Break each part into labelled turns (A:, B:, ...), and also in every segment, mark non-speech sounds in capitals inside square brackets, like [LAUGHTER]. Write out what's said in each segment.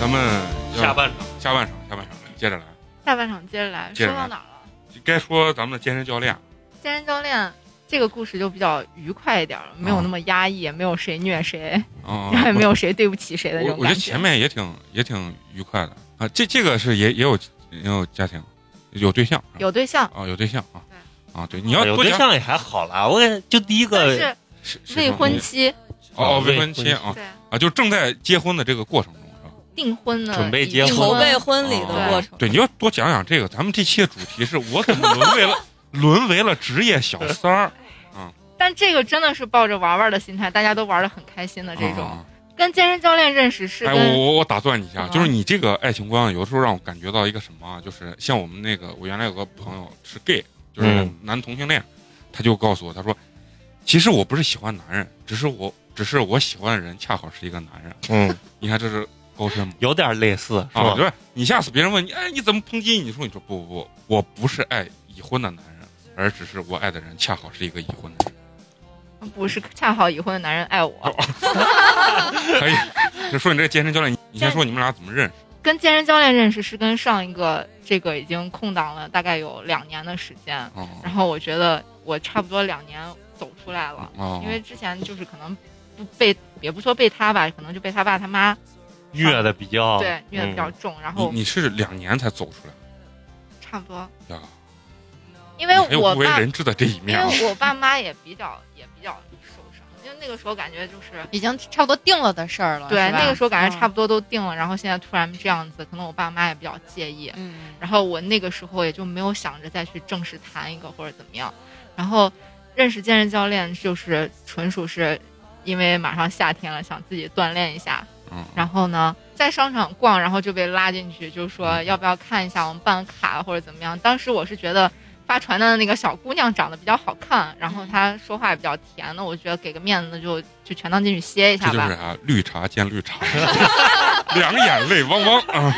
A: 咱们要
B: 下半场
A: 下半场，下半场接着来。
C: 下半场接着来，
A: 接着
C: 哎说
A: 来
C: 到哪儿了？
A: 该说咱们的健身教练，
C: 健身教练这个故事就比较呃愉快一点了，
A: 哦
C: 没有那么压抑，没有谁虐谁， [LAUGHS]
A: 啊、
C: 然后也没有谁对不起谁的那
A: 我
C: 种
A: 我觉
C: 感
A: 得
C: 觉。
A: 前面也挺也挺愉快的啊，这这个是也也有也有家庭，有对象是吧
C: 有嗯对象，
A: 啊，有对象啊啊，对，你要
B: 有
A: 多
B: 对
A: 讲
B: 象也还好啦，我也就第一
C: 但
B: 个
C: 是
A: 是是
C: 未
A: 什么
C: 婚妻，
A: 哦哦
B: 未
A: 未婚妻
B: 婚
A: 啊
C: 对，
A: 啊，就正在结婚的这个过程中是吧？
C: 订婚呢，
B: 准备
C: 已
B: 结
C: 经
B: 婚
D: 筹备婚礼
A: 哦
D: 的过程。
A: 对，你要多讲讲这个。咱们这期的主题是我怎么沦为 [LAUGHS] 了沦为了职业小三儿
C: 但这个真的是抱着玩玩的心态，大家都玩的很开心 [LAUGHS] 的这种。
A: 啊
C: 跟健身教练认识是
A: 哎，我
C: 跟
A: 我我打断你一下，
C: 嗯
A: 就是你这个爱情观，有的时候让我感觉到一个什么啊，就是像我们那个，我原来有个朋友是 gay，就是
B: 嗯
A: 男同性恋，他就告诉我，他说，其实我不是喜欢男人，只是我只是我喜欢的人恰好是一个男人。
B: 嗯，
A: 你看这是高深吗？
B: 有点类似，是
A: 啊，
B: 吧
A: 就？是你下次别人问你，哎，你怎么抨击你？你说你说不不不，我不是爱已婚的男人，而只是我爱的人恰好是一个已婚的人。
C: 不是恰好已婚的男人爱我，
A: 哦可以， [LAUGHS] 就说你这个健身教练，你你先说你们俩怎么认识？
C: 跟健身教练认识是跟上一个这个已经空档了大概有两年的时间，
A: 哦
C: 然后我觉得我差不多两年走出来了，
A: 哦，
C: 嗯因为之前就是可能不被也不说被他吧，可能就被他爸他妈
B: 虐的比较嗯
C: 对虐的比较重，然
A: 哦嗯你
C: 后
A: 你是两年才走出来。
C: 差不多
A: 呀，
C: 因为
A: 你还有
C: 我
A: 不为
C: 爸
A: 人知的这一
C: 因
A: 面啊。 [LAUGHS]
C: 为我爸妈也比较也比较受伤，因为那个时候感觉就是。
D: 已经差不多定了的事儿了，
C: 对，那个时候感觉差
D: 不
C: 不多都定了，然后现在突然这样子，可能我爸妈也比较介意。
D: 多。嗯，
C: 然后我那个时候也就没有想着再去正式谈一个或者怎么样。然后认识健身教练就是纯属是因为马上夏天了，想自己锻炼一下。
A: 嗯，
C: 然后呢，在商场逛，然后就被拉进去，就说
B: 嗯
C: 要不要看一下我们办个卡啊或者怎么样。当时我是觉得发传单的那个小姑娘长得比较好看，然
B: 嗯
C: 后她说话也比较甜，那我觉得给个面子就就全当进去歇一
A: 这
C: 下
A: 就是
C: 吧。
A: 啥？绿茶见绿茶， [LAUGHS] 两眼泪汪汪啊！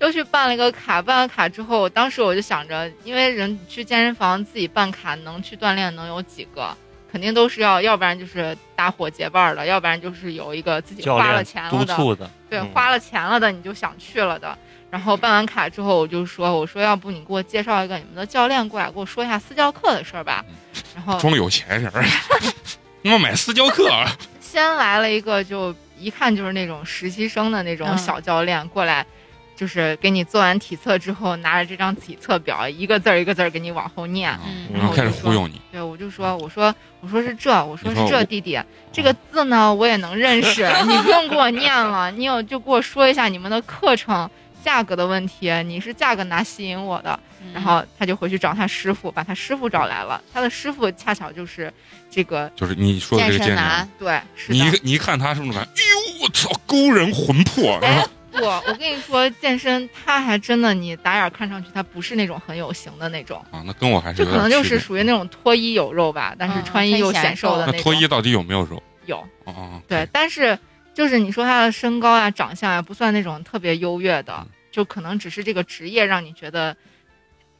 C: 就去办了一个卡，办了卡之后，当时我就想着，因为人去健身房自己办卡能去锻炼能有几个？肯定都是要，要不然就是搭伙结伴儿的，要不然就是有一个自己
B: 教
C: 花了
B: 练
C: 钱
B: 督
C: 了的，
B: 促的，
C: 对，
B: 嗯
C: 花了钱了的你就想去了的。然后办完卡之后，我就说，我说要不你给我介绍一个你们的教练过来，给我说一下私教课的事儿吧
A: 嗯。
C: 然后
A: 装有钱人儿， [LAUGHS] 他妈买私教课啊，
C: 先来了一个就一看就是那种实习生的那种
D: 嗯
C: 小教练过来，就是给你做完体测之后，拿着这张体测表，一个字儿一个字儿给你往后念。
D: 嗯
A: 然后开始忽悠你。
C: 对，我就说，我说，我说是这，我说
A: 你
C: 是
A: 说我
C: 这，弟弟，这个字呢我也能
A: [LAUGHS]
C: 认识，你不用给我念了，你有就给我说一下你们的课程价格的问题，你是价格哪吸引我的？
A: 嗯
C: 然后他就回去找他师傅，把他师傅找来了，他的师傅恰巧就是这个，
A: 就是你说的这个健身
D: 健身男，
C: 对，是
A: 你
C: 的
A: 一。你一看他是不是感觉？哎呦，我操，勾人魂魄！然后
C: 不，我跟你说，健身他还真的，你打眼看上去他不是那种很有型的那种，
A: 啊，那跟我还是
C: 就
A: 有
C: 可能
A: 点
C: 就
A: 区别
C: 是属于那种脱衣有肉吧，但是
D: 嗯
C: 穿衣又显瘦的
A: 那
C: 种。
A: 脱衣到底有没有肉？
C: 有
A: 啊啊，啊
C: 对，，但是就是你说他的身高啊、长相啊，不算那种特别优越的
A: 嗯，
C: 就可能只是这个职业让你觉得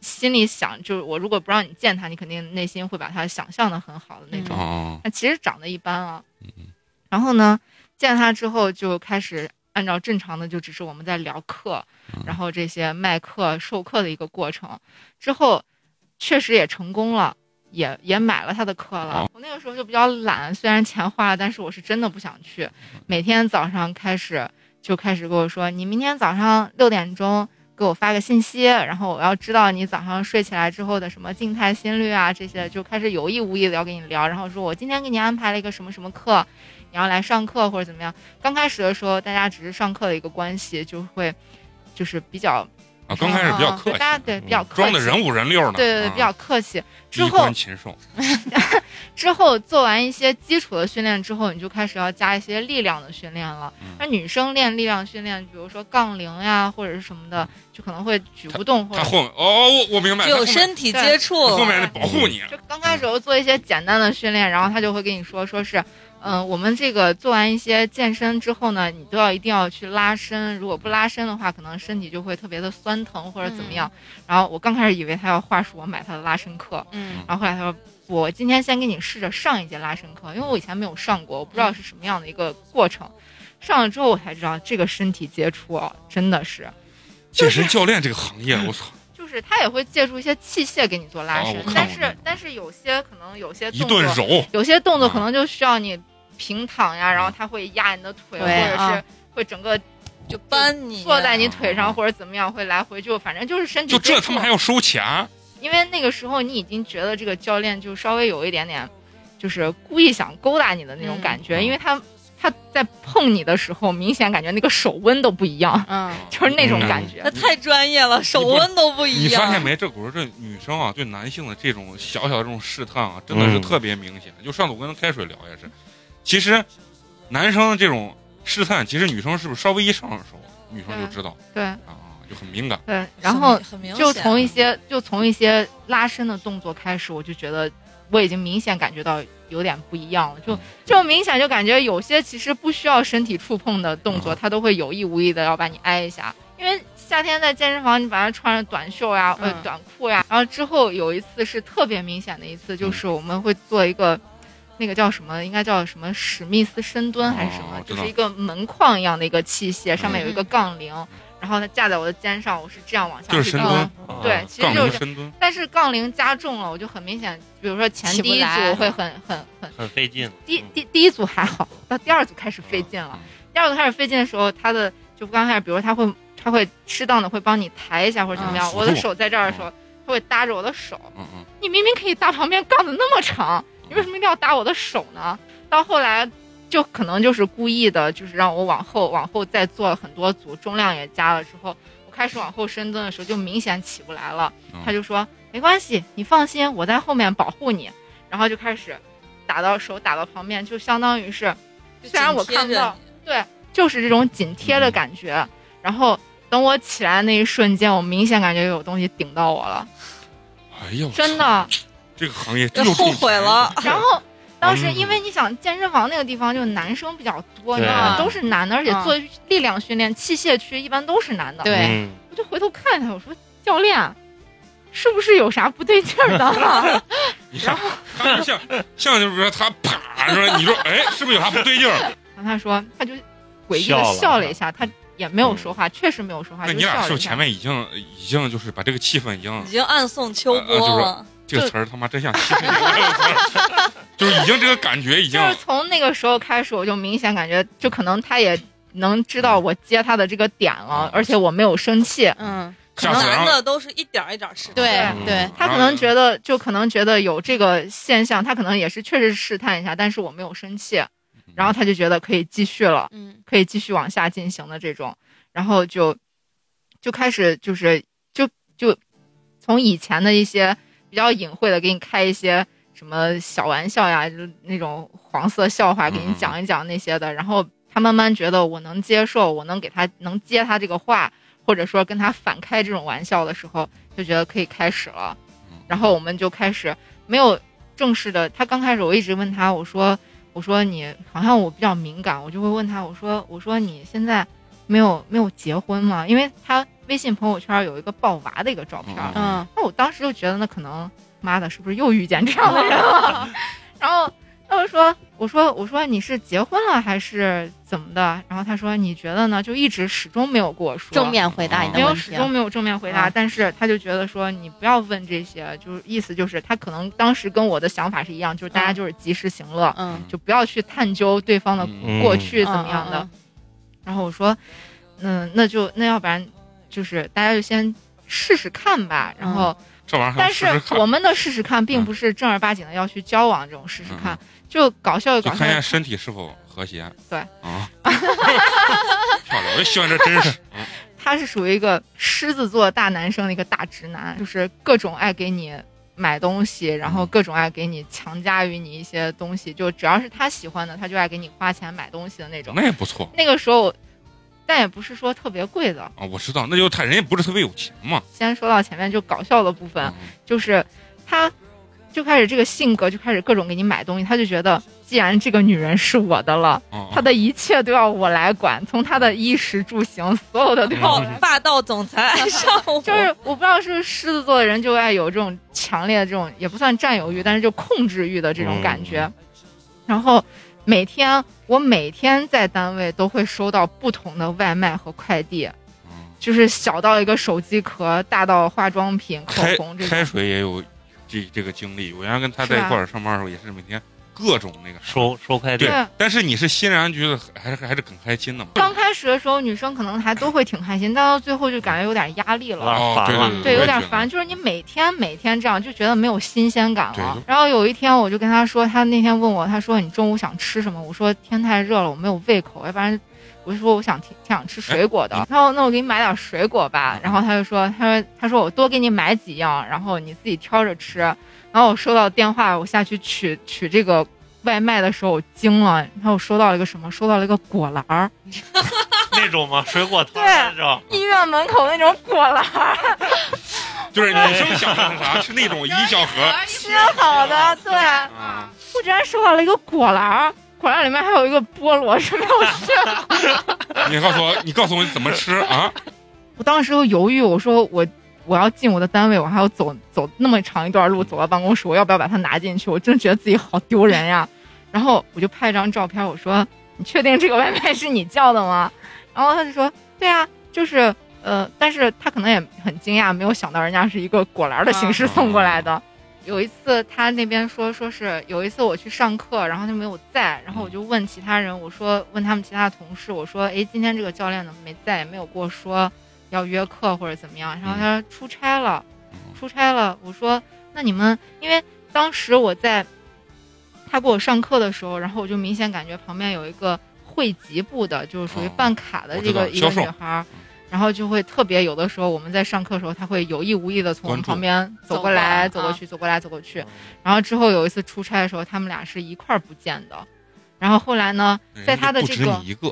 C: 心里想，就是我如果不让你见他，你肯定内心会把他想象的很好的那种。
A: 啊啊啊，
C: 但其实长得一般啊。
A: 嗯
C: 然后呢，见他之后就开始按照正常的，就只是我们在聊课，
A: 嗯
C: 然后这些卖课、授课的一个过程。之后确实也成功了，也也买了他的课了。
A: 哦
C: 我那个时候就比较懒，虽然钱花了，但是我是真的不想
A: 嗯
C: 去。每天早上开始就开始跟我说：“你明天早上六点钟给我发个信息，然后我要知道你早上睡起来之后的什么静态心率啊，这些就开始有意无意的要跟你聊，然后说我今天给你安排了一个什么什么课，你要来上课或者怎么样。刚开始的时候，大家只是上课的一个关系，就会就是比较
A: 啊，刚开始比较
C: 嗯
A: 客气，
C: 大家对比较客气
A: 装的人五人六呢，
C: 对对对
A: 啊
C: 比较客气。之
A: 衣
C: 后
A: 冠禽兽，
C: 之后做完一些基础的训练之后，你就开始要加一些力量的训练了
A: 嗯。
C: 那女生练力量训练，比如说杠铃呀或者是什么的，就可能会举不动或
A: 他
C: 者。
A: 后面哦，我我明白，他
D: 只有
A: 后面
D: 嗯身体接触，
A: 他后面得保护你，
C: 就刚开始我做一些简单的训练，然后他就会跟你说，说是，嗯、我们这个做完一些健身之后呢，你都要一定要去拉伸，如果不拉伸的话，可能身体就会特别的酸疼或者怎么样。
A: 嗯
C: 然后我刚开始以为他要话术我买他的拉伸课，
D: 嗯
C: 然后后来他说，我今天先给你试着上一节拉伸课，因为我以前没有上过，我不知道是什么样的一个过程。上了之后我才知道，这个身体接触啊，真的是，
A: 健身教练这个行业，我操，
C: 就是他也会借助一些器械给你做拉伸，
A: 哦我看
C: 但
A: 过
C: 是但是有些可能有些
A: 一
C: 动
A: 顿
C: 作，
A: 揉，
C: 有些动
A: 嗯
C: 作可能就需要你平躺呀，然后他会压你的腿，
D: 对
C: 或者是
D: 啊
C: 会整个
D: 就搬你，
C: 坐在你腿
A: 啊
C: 上或者怎么样，会来回就反正就是身体
A: 就这
C: 接
A: 他妈
C: 触
A: 还要收钱？
C: 因为那个时候你已经觉得这个教练就稍微有一点点，就是故意想勾搭你的那种感觉，
A: 嗯
C: 因为他他在碰你的时候，明显感觉那个手温都不一样， [LAUGHS]
D: 嗯，
C: 就是那种感觉。
D: 那太专业了，手温都不一
A: 你发现
D: 样。
A: 没？这股儿这女生
C: [LAUGHS]
A: 啊，对男性的这种小小的这种试探啊，真的是
B: 嗯
A: 特别明显。就上次我跟开水聊也是，其实男生的这种试探，其实女生是不是稍微一上手，女生就知道
C: 对
A: 啊，就很敏感。
C: 对，然后
D: 很很明显
C: 就
A: 啊
C: 从一些就从一些拉伸的动作开始，我就觉得我已经明显感觉到有点不一样了，就
A: 嗯
C: 就明显就感觉有些其实不需要身体触碰的动作，
A: 嗯
C: 他都会有意无意的要把你挨一下，因为。夏天在健身房，你晚上穿着短袖呀、呃
D: 嗯
C: 短裤呀，然后之后有一次是特别明显的一次，
A: 嗯
C: 就是我们会做一个，那个叫什么，应该叫什么史密斯深蹲还是什么，
A: 哦我知
C: 就
A: 道嗯
C: 是一个门框一样的一个器械，上面有一个杠铃，然后它架在我的肩上，我是这样往下
A: 就是
C: 去
A: 深
C: 杠
A: 蹲，
B: 啊
C: 对，其实
A: 杠
C: 就
A: 铃
C: 是，
A: 深蹲，
C: 但是杠铃加重了，我就很明显，比如说前
D: 起不
C: 第一
D: 来
C: 组会很很很，
B: 很费劲。嗯
C: 第第第一组还好，到第二组开始费劲了。第二组开始费劲的时候，他的就刚开始，比如他会他会适当的会帮你抬一下或者怎么样，
A: 嗯
C: 我的手在这儿的时候，他会搭着我的手，
A: 嗯嗯，
C: 你明明可以搭旁边杠子那么长，你为什么一定要搭我的手呢？到后来就可能就是故意的，就是让我往后往后再做了很多组，重量也加了之后，我开始往后深蹲的时候就明显起不来了
A: 嗯。
C: 他就说没关系，你放心，我在后面保护你。然后就开始打到手打到旁边，就相当于是
D: 就
C: 虽然我
D: 紧贴着
C: 看不到就是这种紧贴的感觉。
A: 嗯
C: 然后等我起来那一瞬间，我明显感觉有东西顶到我了，
A: 哎呀，我
C: 真
A: 操，
C: 的。
A: 这个行业
D: 你，
A: 真
D: 就
A: 有这种
D: 后悔
A: 行业
D: 了。
B: [LAUGHS]
C: 然
B: 哎
C: 后当时
A: 嗯
C: 因为你想健身房那个地方就男生比较多，你
B: 对
C: 知道吗？都是男的，而且
D: 嗯
C: 做力量训练、器械区一般都是男的。
D: 对
B: 嗯，
C: 我就回头看他，我说教练，啊是不是有啥不对劲儿
B: [LAUGHS]
C: 的？
A: 你看，他就像 [LAUGHS] 像就是说他啪说，你说哎，是不是有啥不对劲
C: [LAUGHS]
A: 儿？
C: 然后他说，他就诡异
B: 笑了
C: 的
B: 嗯
C: 笑了一下，他也没有说话，确实没有说话，
A: 那
C: 就
A: 你
C: 笑
A: 俩
C: 了
A: 是不
C: 一
A: 是前
C: 下。
A: 面已经已经就是把这个气氛已经
D: 已经暗送秋
A: 呃
D: 波了，
A: 这个词儿他妈真像气氛已经这个词儿，就是已经这个感觉已经
C: 就是从那个时候开始，我就明显感觉，就可能他也能知道我接他的这个点了
A: 嗯，
C: 而且我没有生气。
D: 嗯，
A: 下次啊然
D: 男
A: 后
D: 的都是一点儿一点儿试，
C: 对
A: 嗯
D: 对
C: 他可能觉得，就可能觉得有这个现象，他可能也是确实试探一下，但是我没有生气，然后他就觉得可以继续了，
D: 嗯，
C: 可以继续往下进行的这种，然后就就开始就是就就从以前的一些比较隐晦的给你开一些什么小玩笑呀，就是那种黄色笑话给你讲一讲那些的，然后他慢慢觉得我能接受，我能给他能接他这个话，或者说跟他反开这种玩笑的时候，就觉得可以开始了。然后我们就开始没有正式的。他刚开始我一直问他，我说我说你好像我比较敏感，我就会问他，我说我说你现在没有没有结婚吗？因为他微信朋友圈有一个抱娃的一个照片，
A: 嗯
D: 嗯，
C: 那我当时就觉得那可能妈的是不是又遇见这样的人了？然后他就说我说我说你是结婚了还是怎么的？然后他说你觉得呢？就一直始终没有跟我说
D: 正面回答你
C: 没
D: 的
C: 有
D: 问
C: 始
D: 题，
C: 终没有正面回答，
D: 嗯
C: 但是他就觉得说你不要问这些，就是意思就是他可能当时跟我的想法是一样，就是大家
D: 嗯
C: 就是及时行乐，
D: 嗯，
C: 就不要去探究对方的
A: 嗯
C: 过去
D: 是
C: 怎么样的。然后我说，嗯，那就那要不然就是大家就先试试看吧。然后，
A: 这玩意儿还
C: 但
A: 啊试
C: 是
A: 试看，
C: 我们的试试看，并
A: 嗯
C: 不是正儿八经的要去交往这种试试
A: 嗯
C: 看，就搞笑
A: 就
C: 搞笑
A: 看一。下身体是否和谐。
C: 对
A: 啊， [LAUGHS] 漂亮！我就喜欢这真
C: [LAUGHS]
A: 实。嗯
C: 他是属于一个狮子座大男生的一个大直男，就是各种爱给你买东西，然后各种爱给你强加于你一些东西，就只要是他喜欢的，他就爱给你花钱买东西的那种。
A: 那也不错
C: 那个时候，但也不是说特别贵的。
A: 啊，我知道，那就他人也不是特别有钱嘛。
C: 先说到前面就搞笑的部分，
A: 嗯
C: 就是他就开始这个性格就开始各种给你买东西，他就觉得既然这个女人是我的了，
A: 啊，
C: 她的一切都要我来管，从她的衣食住行，所有的
D: [LAUGHS]
C: 都要我
D: 暴
A: 嗯
C: 来管。
D: 霸道总裁爱上我， [LAUGHS]
C: 就是我不知道是不是狮子座的人就爱有这种强烈的这种，也不算占有欲，但是就控制欲的这种感
A: 嗯
C: 觉。然后每天我每天在单位都会收到不同的外卖和快递，
A: 嗯
C: 就是小到一个手机壳，大到化妆品、口
A: 开
C: 红这种。
A: 开水也有这这个经历，我原来跟他在
C: 是吧啊
A: 一块儿上班的时候也是每天各种那个。
B: 收收快递
A: 对
C: [LAUGHS] 对，
A: 但是你是欣然觉得还是还是很开心的嘛。
C: 刚开始的时候，女生可能还都会挺开心，但到最后就感觉有点压力了。
B: 啊
A: 哦，
B: 烦了
A: 对
C: 对，有点。
A: 我也觉得
C: 烦，就是你每天每天这样，就觉得没有新鲜感
A: 对
C: 了
A: 就。
C: 然后有一天我就跟他说，他那天问我，他说你中午想吃什么？我说天太热了，我没有胃口，要不然我就说我想挺挺想吃水果的。
A: 哎
C: 他说那我给你买点水果吧
A: 嗯。
C: 然后他就说，他说他说我多给你买几样，然后你自己挑着吃。然后我收到电话，我下去取取这个外卖的时候，我惊了。然后我收到了一个什么？收到了一个果篮儿，
B: 那种吗？水果摊儿那种，
C: 医院门口那种果篮儿。
A: 就是女生想的是
C: 哎
A: 啥？是那种一小盒
C: 吃好的，对，
A: 啊，
C: 我居然收到了一个果篮儿，果篮里面还有一个菠萝是没有吃的。
A: 你告诉我，你告诉我你怎么吃
C: [LAUGHS]
A: 啊？
C: 我当时又犹豫，我说我我要进我的单位，我还要走走那么长一段路走到办公室，我要不要把它拿进去？我真觉得自己好丢人呀。 [LAUGHS] 然后我就拍张照片，我说你确定这个外卖是你叫的吗？ [LAUGHS] 然后他就说对啊，就是呃，但是他可能也很惊讶，没有想到人家是一个果篮儿的形式送过来的。有一次，他那边说说是有一次我去上课，然后他没有在，然后我就问其他人，我说问他们其他同事，我说诶，今天这个教练怎么没在？也没有跟我说要约课或者怎么样。然后他说出差了，
A: 嗯
C: 出差了。我说那你们，因为当时我在他给我上课的时候，然后我就明显感觉旁边有一个会籍部的，就是属于
A: 哦
C: 办卡的
A: 我
C: 这
A: 知道
C: 个一
A: 销
C: 个
A: 售嗯
C: 女孩儿。然后就会特别，有的时候我们在上课的时候，他会有意无意的从我们
A: 关注哦
C: 旁边
D: 走
C: 走过
D: 过
C: 来、
D: 来
C: 走过
D: 啊
C: 去、走过来、走过去。
B: 嗯
C: 然后之后有一次出差的时候，他们俩是一块儿不见的。然后后来呢，在他的
A: 不
C: 这
A: 止
C: 个
A: 你一个，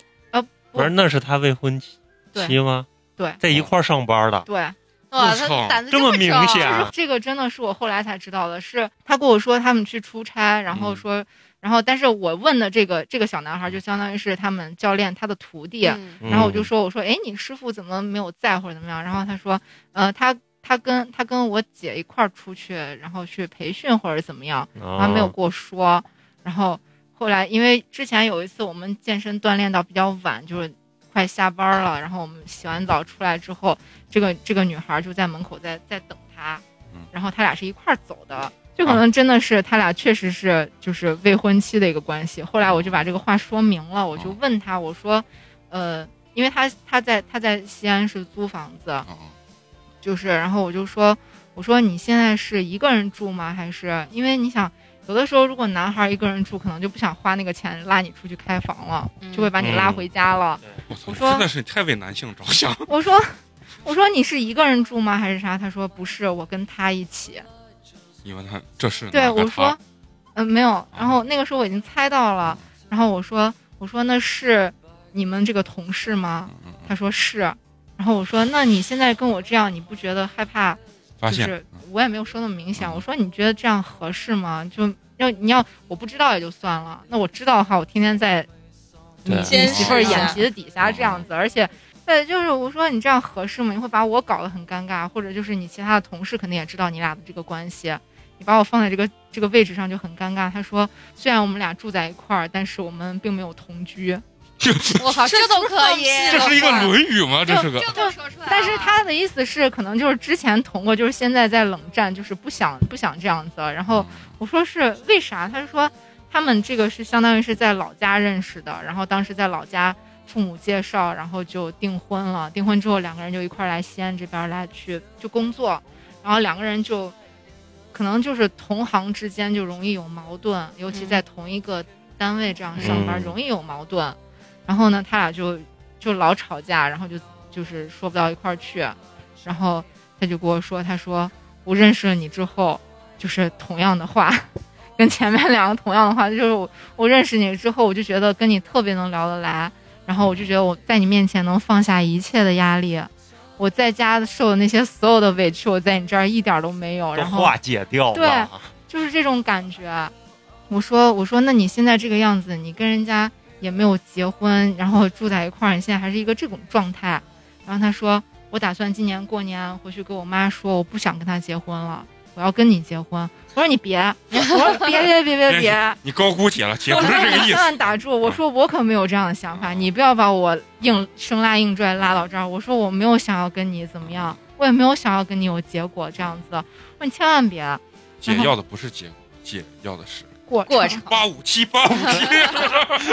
B: 不是那是他未婚妻
C: 对
B: 妻吗？
C: 对
B: 在一块儿上班的，
C: 对，
D: 哇，
A: 我操
D: 他胆子
B: 这
D: 么
B: 么明
D: 小
B: 显
C: 就是这个真的是我后来才知道的，是他跟我说他们去出差，然后
A: 嗯
C: 说，然后但是我问的这个这个小男孩就相当于是他们教练他的徒弟，
D: 嗯
C: 然后我就
B: 嗯
C: 说我说哎你师傅怎么没有在或者怎么样？然后他说呃他他跟他跟我姐一块儿出去，然后去培训或者怎么样。他没有
B: 哦
C: 跟我说。然后后来，因为之前有一次我们健身锻炼到比较晚，就是快下班了，然后我们洗完澡出来之后，这个这个女孩就在门口在在等他
A: 嗯，
C: 然后他俩是一块儿走的。就可能真的是他俩确实是就是未婚妻的一个关系。后来我就把这个话说明了，我就问他，我说，呃，因为他他在他在西安是租房子，
A: 啊，
C: 就是，然后我就说，我说你现在是一个人住吗？还是因为你想，有的时候如果男孩一个人住，可能就不想花那个钱拉你出去开房了，
A: 嗯
C: 就会把你拉回家了。
A: 我操，
C: 我
A: 你
C: 说
A: 真的是太为男性着想。
C: 我说，我说你是一个人住吗？还是啥？他说不是，我跟他一起。
A: 你问他这是
C: 对
A: 哪个
C: 我说，
A: 他
C: 嗯、没有。然后那个时候我已经猜到了，然后我说，我说那是你们这个同事吗？
A: 嗯嗯嗯
C: 他说是。然后我说，那你现在跟我这样，你不觉得害怕？
A: 发
C: 就
A: 现
C: 是我也没有说那么明显，
A: 嗯
C: 我说你觉得这样合适吗？就要你要我不知道也就算了，那我知道的话，我天天在你
B: 对
C: 你媳妇儿
A: 监视
C: 眼皮子底下这样子，
A: 嗯
C: 而且。对，就是我说你这样合适吗？你会把我搞得很尴尬，或者就是你其他的同事肯定也知道你俩的这个关系，你把我放在这个这个位置上就很尴尬。他说，虽然我们俩住在一块儿，但是我们并没有同
A: 啊
C: 居。
D: 我靠，这都可以，
A: 嗯这是一个《论语》吗？这
C: 就是
A: 个
E: 这都说出来了，
C: 但是他的意思是，可能就是之前同过，就是现在在冷战，就是不想不想这样子了。然后
A: 嗯
C: 我说是为啥？他就说他们这个是相当于是在老家认识的，然后当时在老家父母介绍，然后就订婚了。订婚之后，两个人就一块儿来西安这边儿来去就工作，然后两个人就可能就是同行之间就容易有矛盾，尤其
D: 嗯
C: 在同一个单位这样上班
A: 嗯
C: 容易有矛盾。然后呢，他俩就就老吵架，然后就就是说不到一块儿去。然后他就跟我说，他说我认识了你之后，就是同样的话， [LAUGHS] 跟前面两个同样的话，就是我我认识你之后，我就觉得跟你特别能聊得来，然后我就觉得我在你面前能放下一切的压力，我在家受的那些所有的委屈，我在你这儿一点儿都没有，
B: 都
C: 然后
B: 化解掉
C: 对哎
B: 了。
C: 就是这种感觉。我说我说，那你现在这个样子，你跟人家也没有结婚，然后住在一块儿，你现在还是一个这种状态。然后他说，我打算今年过年回去跟我妈说，我不想跟他结婚了，我要跟你结婚。我说你别，我
A: [LAUGHS]
C: 说别别别别别。
A: 你高估姐了，姐
C: 我
A: 不是
C: 说
A: 这个
C: 你
A: 意
C: 千 [LAUGHS] 万
A: 思。
C: 打住！我说我可没有这样的想法，你不要把我硬生拉硬拽拉到这儿。我说我没有想要跟你怎么样，我也没有想要跟你有结果这样子。我说你千万别
A: 姐要的不是结果，姐要的是
C: 过
D: 过
C: 程
D: 程
A: 八五七八五
C: [LAUGHS]
A: 七。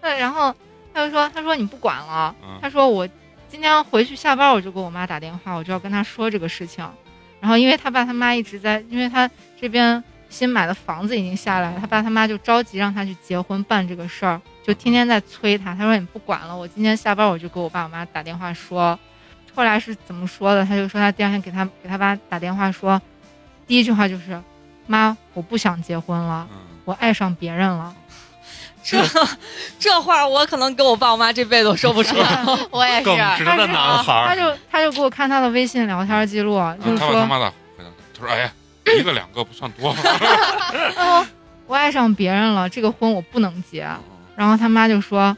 C: 对，然后他就说：“他说你不管了，
A: 嗯
C: 他说我今天回去下班我就给我妈打电话，我就要跟她说这个事情。然后因为他爸他妈一直在，因为他这边新买的房子已经下来了，他爸他妈就着急让他去结婚办这个事儿，就天天在催他。他说你不管了，我今天下班我就给我爸我妈打电话说。后来是怎么说的？他就说他第二天给他给他爸打电话说，第一句话就是：“妈，我不想结婚了，
A: 嗯，
C: 我爱上别人了。”
D: 这这话我可能跟我爸我妈这辈子都说不出来。
E: 我也是
B: 耿，直的男孩
C: 他
B: 儿，
C: 就他就给我看他的微信聊天记录，
A: 啊
C: 就是
A: 他把他
C: 说，
A: 妈打回来，他说：“哎呀，一个两个不算
C: [LAUGHS]
A: 多。嗯
C: 哦，我爱上别人了，这个婚我不能结。
A: 嗯
C: 然后他妈就说，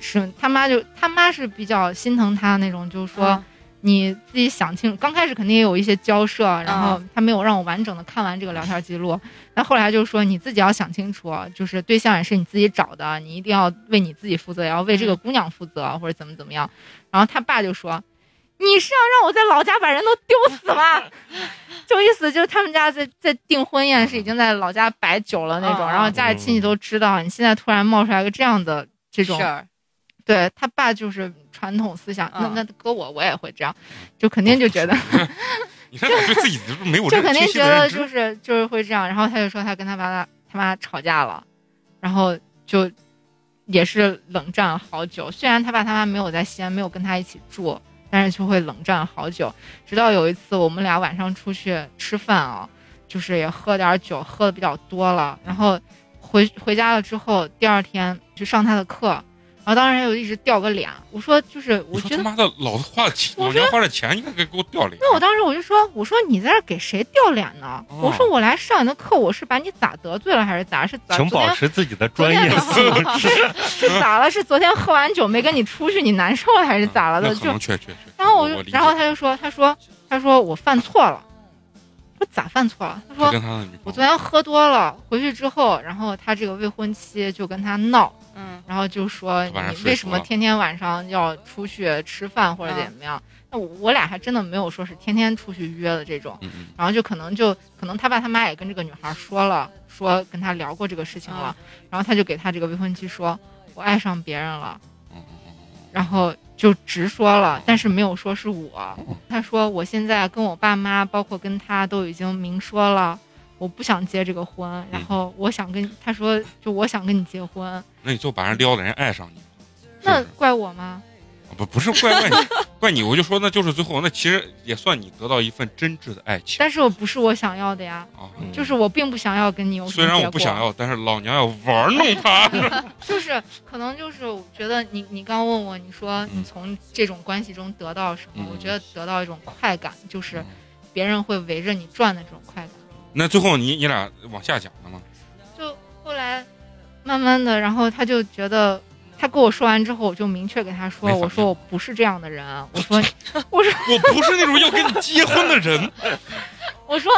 C: 是他妈就他妈是比较心疼他那种，就是说、你自己想清楚。刚开始肯定也有一些交涉，啊然后他没有让我完整的看完这个聊天记录。那后来就说你自己要想清楚，啊就是对象也是你自己找的，你一定要为你自己负责，也要为这个姑娘负责，或者怎么怎么样。然后他爸就说。你是要让我在老家把人都丢死吗？就意思就是他们家在在订婚宴是已经在老家摆酒了那种，
D: 嗯
C: 然后家里亲戚都知道，你现在突然冒出来个这样的这种
D: 事，儿，
C: 对他爸就是传统思想，
D: 嗯
C: 那那搁我我也会这样，就肯定就觉得，
A: 你看他对自己都没有这个
C: 就肯定
A: 清晰
C: 觉
A: 的
C: 得
A: 认知。
C: 就是就是会这样，然后他就说他跟他爸他他妈吵架了，然后就也是冷战了好久，虽然他爸他妈没有在西安，没有跟他一起住，但是就会冷战好久，直到有一次我们俩晚上出去吃饭啊，就是也喝点儿酒，喝的比较多了，然后回回家了之后，第二天去上他的课，然后当时他就一直掉个脸，我说就是我
A: 我说
C: 觉
A: 他
C: 得。
A: 妈的，老子花了钱，
C: 我
A: 老
C: 觉
A: 娘花了钱，应该给给我掉脸。
C: 因为我当时我就说，我说你在这儿给谁掉脸呢？
A: 哦
C: 我说我来上你的课，我是把你咋得罪了还是咋？是咋？
B: 请
C: 昨
B: 保
C: 天啊
B: 持自己的专业素质。
C: [LAUGHS] 是咋了？是昨天喝完酒没跟你出去，你难受了还是咋了
A: 啊那
C: 的？
A: 可
C: 就
A: 能确确确。
C: 然后
A: 我
C: 我就然后他就说，他说他说我犯错了，我说咋犯错了？他
A: 他
C: 说
A: 跟他的女
C: 我
A: 朋
C: 昨
A: 友，
C: 天喝多了，回去之后，然后他这个未婚妻就跟他闹，
D: 嗯，
C: 然后就说
A: 晚上
C: 你
A: 睡
C: 为
A: 熟
C: 什么
A: 了
C: 天天晚上要出去吃饭或者怎么样？那我我俩还真的没有说是天天出去约的这种。
A: 嗯嗯，
C: 然后就可能就可能他爸他妈也跟这个女孩说了，说跟他聊过这个事情了，然后他就给他这个未婚妻说，我爱上别人了，
A: 嗯
C: 然后就直说了，但是没有说是我。
A: 哦
C: 他说我现在跟我爸妈，包括跟他都已经明说了，我不想结这个婚，然
A: 嗯
C: 后我想跟他说，就我想跟你结婚，
A: 那你就把人撩的人爱上你，是不
C: 那
A: 是
C: 怪我吗？
A: 不不是怪
C: [LAUGHS]
A: 怪你，怪你，我就说那就是最后，那其实也算你得到一份真挚的爱情
C: 但是我不是我想要的呀，
A: 啊。
B: 嗯
C: 就是我并不想要跟你有什
A: 虽
C: 么
A: 然
C: 结
A: 我不
C: 果
A: 想要，但是老娘要玩弄他。
C: 就是可能就是我觉得你你刚问我，你说你
A: 嗯
C: 从这种关系中得到什么？
A: 嗯
C: 我觉得得到一种快感， [LAUGHS] 就是
A: 嗯
C: 别人会围着你转的这种快感。
A: [LAUGHS] 那最后你你俩往下讲了吗？
C: 就后来慢慢的，然后他就觉得。他跟我说完之后，我就明确给他
A: 没
C: 说：“
A: 反应
C: 我说我不是这样的人，我说，
A: [LAUGHS]
C: 我说，
A: 我不是那种要跟你结婚的
C: [LAUGHS]
A: 人。
C: 我说，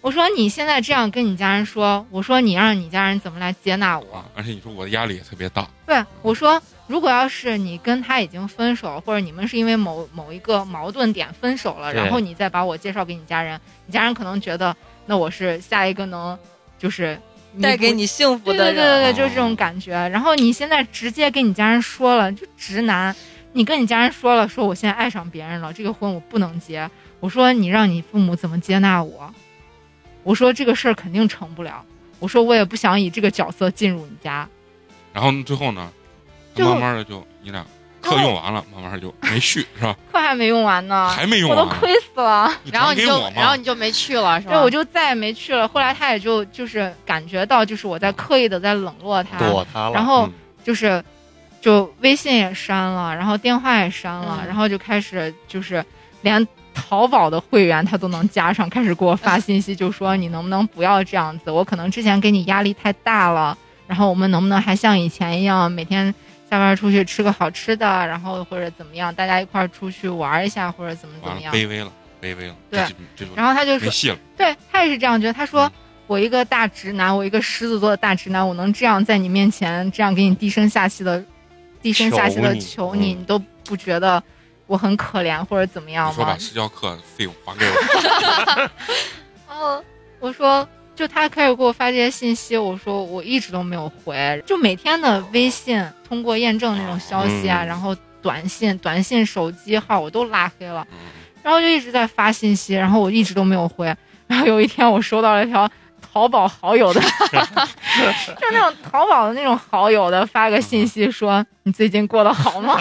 C: 我说你现在这样跟你家人说，我说你让你家人怎么来接纳我？
A: 啊，而且你说我的压力也特别大，
C: 对，我说，如果要是你跟他已经分手，或者你们是因为某某一个矛盾点分手了，
B: 对
C: 然后你再把我介绍给你家人，你家人可能觉得那我是下一个能就是你
D: 带给
C: 不
D: 你幸福
C: 对
D: 的
C: 对对
D: 人。
C: 对对，就是这种感觉。然后你现在直接跟你家人说了，就直男，你跟你家人说了，说我现在爱上别人了，这个婚我不能结。我说你让你父母怎么接纳我？我说这个事儿肯定成不了。我说我也不想以这个角色进入你家。
A: 然后最后呢，
C: 最后
A: 慢慢的就你俩课用完了，慢慢就没续是吧？
C: 课还没用完呢，
A: 还没用
C: 啊我都
A: 完，
C: 亏死了。
A: 你
E: 然后
A: 转
E: 你
A: 给
E: 就
A: 我，
E: 然后
A: 嘛。
E: 你就没去了，是吧？
C: 对，我就再也没去了。后来他也就就是感觉到，就是我在刻意的在冷落他，
B: 躲他了。
C: 哎然后
A: 嗯
C: 就是就微信也删了，然后电话也删了，
E: 嗯
C: 然后就开始就是连淘宝的会员他都能加上，开始给我发信息，就说你能不能不要这样子？我可能之前给你压力太大了，然后我们能不能还像以前一样每天？下班出去吃个好吃的，然后或者怎么样，大家一块儿出去玩一下，或者怎么怎
A: 完
C: 么
A: 了，
B: 啊
C: 样。
A: 卑微了，卑微了，
C: 对
A: 这这就
C: 然后他就说
A: 没，戏了。
C: 对他也是这样觉得。他说：“我一个大直男，我一个狮子座的大直男，我能这样在你面前这样给你低声下气的、低声下气的求
A: 求
C: 你，
A: 你
C: 你都不觉得我很可怜或者怎么样
A: 你说把
C: 吗
A: 私教课费用还给
C: [LAUGHS]
A: 我，？”
C: 然后哦我说。就他开始给我发这些信息，我说我一直都没有回，就每天的微信通过验证那种消息啊，
A: 嗯
C: 然后短信、短信手机号我都拉黑了，
A: 嗯
C: 然后就一直在发信息，然后我一直都没有回。然后有一天我收到了一条淘宝好友的， [LAUGHS] 就那种淘宝的那种好友的发个信息说你最近过得好吗？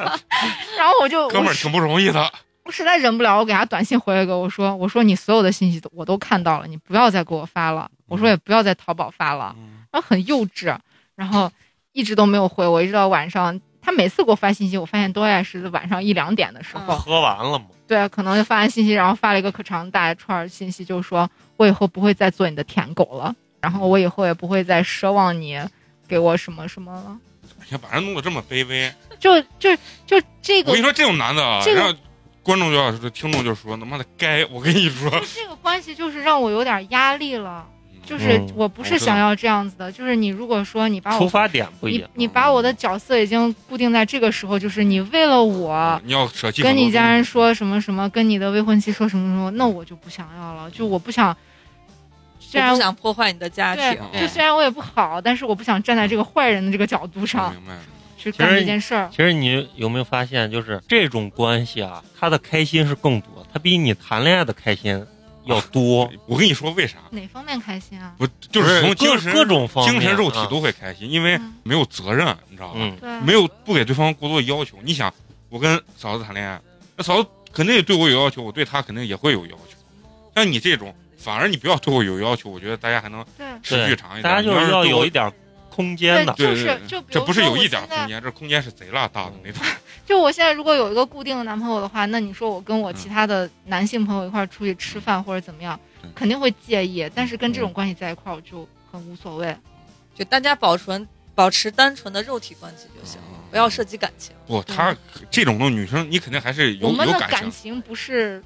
C: [LAUGHS] 然后我就
A: 哥们
C: 我
A: 儿
C: 实
A: 挺不容易的，
C: 我实在忍不了，我给他短信回了一个我说我说你所有的信息都我都看到了，你不要再给我发了，我说也不要在淘宝发了。
A: 嗯
C: 然后很幼稚，然后一直都没有回我，一直到晚上。他每次给我发信息，我发现都爱是晚上一两点的时候，
A: 嗯
B: 喝完了嘛，
C: 对，啊可能就发完信息，然后发了一个可长大一串儿信息，就说我以后不会再做你的舔狗了，然后我以后也不会再奢望你给我什么什么了，
A: 你看哎把人弄得这么卑微，
C: 就就就这
A: 我
C: 个
A: 跟你说这种男的啊，
C: 这个
A: 让观众就要说，听众就说，他妈的该，我跟你说，
C: 这个关系就是让我有点压力了， [LAUGHS] 就
A: 嗯
C: 是
B: 嗯
C: 我不是想要这样子的，就是你如果说你把
B: 出
C: 啊我
B: 发点不一
C: 你
B: 样。
C: 你把我的角色已经固定在这个时候，就是你为了我。
B: 嗯
A: 你要舍弃
C: 啊跟
A: 很多
C: 你家
A: 东西
C: 人说什么什么，跟你的未婚妻说什么什么，那我就不想要了，就我不想。虽
D: 我
C: 然
D: 不想破坏你的家
C: 对
D: 庭，
A: 对
C: 就虽然我也不好，但是我不想站在这个坏人的这个角度
A: 我
C: 上
A: 明白了，
C: 去干
B: 其实
C: 这件事儿。
B: 其实你有没有发现，就是这种关系啊，他的开心是更多，他比你谈恋爱的开心要多，
A: 我跟你说为啥？
C: 哪方面开心啊？
A: 我啊就是从精神
B: 各各种方面，
A: 精神肉体
B: 啊
A: 都会开心，因为
C: 嗯
A: 没有责任，你知道吧？
B: 嗯，
C: 对啊，
A: 没有不给对方过多的要求。你想，我跟嫂子谈恋爱，那嫂子肯定也对我有要求，我对她肯定也会有要求。像你这种，反而你不要对我有要求，我觉得大家还能
C: 对
A: 持续长一点。
B: 大家就
A: 你
B: 是
A: 是
B: 要
A: 对我
B: 有一点空间的
C: 对，，
A: 对
C: 就
A: 对
C: 是
A: 对
C: 就比
A: 这
C: 如
A: 不是
C: 说
A: 有
C: 我
A: 一点
C: 现
A: 空
C: 在，嗯
A: 间，这空间是贼拉大的那种。
C: 就我现在如果有一个固定的男朋友的话，那你说我跟我其他的男性朋友一块儿出去吃饭或者怎么样
A: 嗯，
C: 肯定会介意。但是跟这种关系在一块儿，我就很无所谓。
D: 就大家保存保持单纯的肉体关系就
A: 嗯
D: 行了，不要涉及感情。
A: 啊不，她这种的女生，你肯定还是有
C: 我们
A: 有
C: 的
A: 感
C: 感
A: 情。
C: 情不是，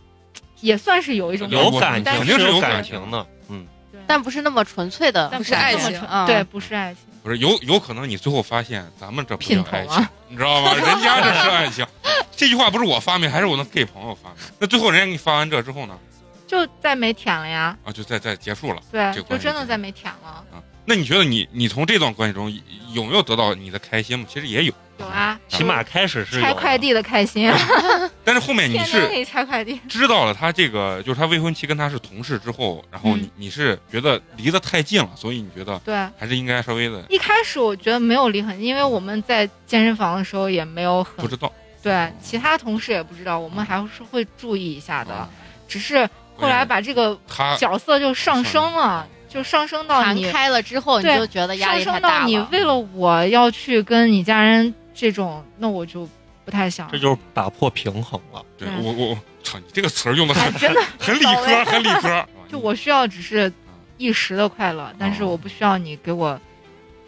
C: 也算是有一种
B: 有
A: 我
B: 感
C: 但
B: 情
A: 肯定是
B: 有
A: 有
B: 感
A: 感
B: 情
A: 情
B: 的，嗯，
C: 对
E: 但不是那么纯粹的，
C: 但
D: 不
C: 不
D: 是爱
C: 那么
D: 情嗯
C: 纯
E: 啊
C: 对，不是爱情。
A: 不是有有可能你最后发现咱们这不叫
C: 品头
A: 爱情
C: 啊，
A: 你知道
C: [LAUGHS]
A: 吗？人家这是爱情。这句话不是我发明，还是我那 gay 朋友发明。那最后人家给你发完这之后呢？
C: 就再没舔了呀，
A: 啊，就再再结束了
C: 对
A: 这，关
C: 就
A: 系
C: 真的
A: 就
C: 再没舔了。
A: 啊。那你觉得你你从这段关系中有没有得到你的开心吗？其实也有，
C: 有
A: 嗯
C: 啊，
B: 起码开始是有
C: 拆快递的开心，啊
A: 但是后面你
C: 天天
A: 是
C: 给你拆快递。
A: 知道了他这个就是他未婚妻跟他是同事之后，然后
C: 嗯
A: 你、你是觉得离得太近了，所以你觉得
C: 对，
A: 还是应该稍微的
C: 一开始我觉得没有离很近，因为我们在健身房的时候也没有
A: 不
C: 很
A: 知道
C: 对，其他同事也不知道，我们还是会注意一下的
A: 啊。。
C: 只是后来把这个
A: 他
C: 角色就上升了，就上升到
E: 谈
C: 你
E: 开了之后，你
C: 对
E: 就觉得压
C: 上
E: 力
C: 升
E: 太
C: 到
E: 大
C: 你
E: 了。
C: 为了我要去跟你家人这种，那我就不太想
B: 这。就是打破平衡了。
A: 对
C: 嗯
A: 我我我操，你这个词儿用的
C: 哎
A: 很
C: 真的，
A: [LAUGHS] 很理科，很理
C: [LAUGHS]
A: 科。啊
C: 就我需要只是一时的快乐，但是我不需要你给我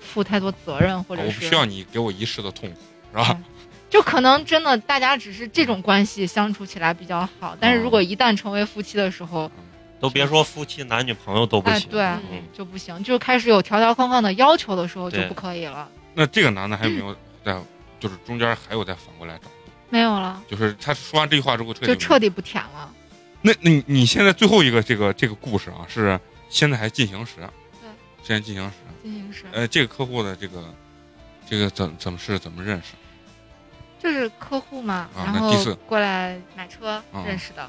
C: 负太多责任，或
A: 啊我
C: 者
A: 不
C: 是嗯
A: 需要你给我一世的痛苦，是吧？
C: 就可能真的大家只是这种关系相处起来比较好，但是如果一旦成为夫妻的时候，
B: 都别说夫妻男女朋友都不
C: 哎，
B: 行，
C: 对啊
B: 嗯，
C: 就不行，就开始有条条框框的要求的时候就
B: 对
C: 不可以了，
A: 那这个男的还有
C: 嗯
A: 没有在，就是中间还有再反过来找，
C: 没有了，
A: 就是他说完这句话之后彻底
C: 就
A: 没有
C: 彻底不舔了。
A: 那那你你现在最后一个这个这个故事啊，是现在还进行时？
C: 对。嗯
A: 现在进行时。
C: 进行时
A: 呃，这个客户的这个这个怎怎么是怎么认识？
C: 就是客户嘛，
A: 啊
C: 然
A: 那
C: 后
A: 第四
C: 过来买车
A: 啊
C: 认识的。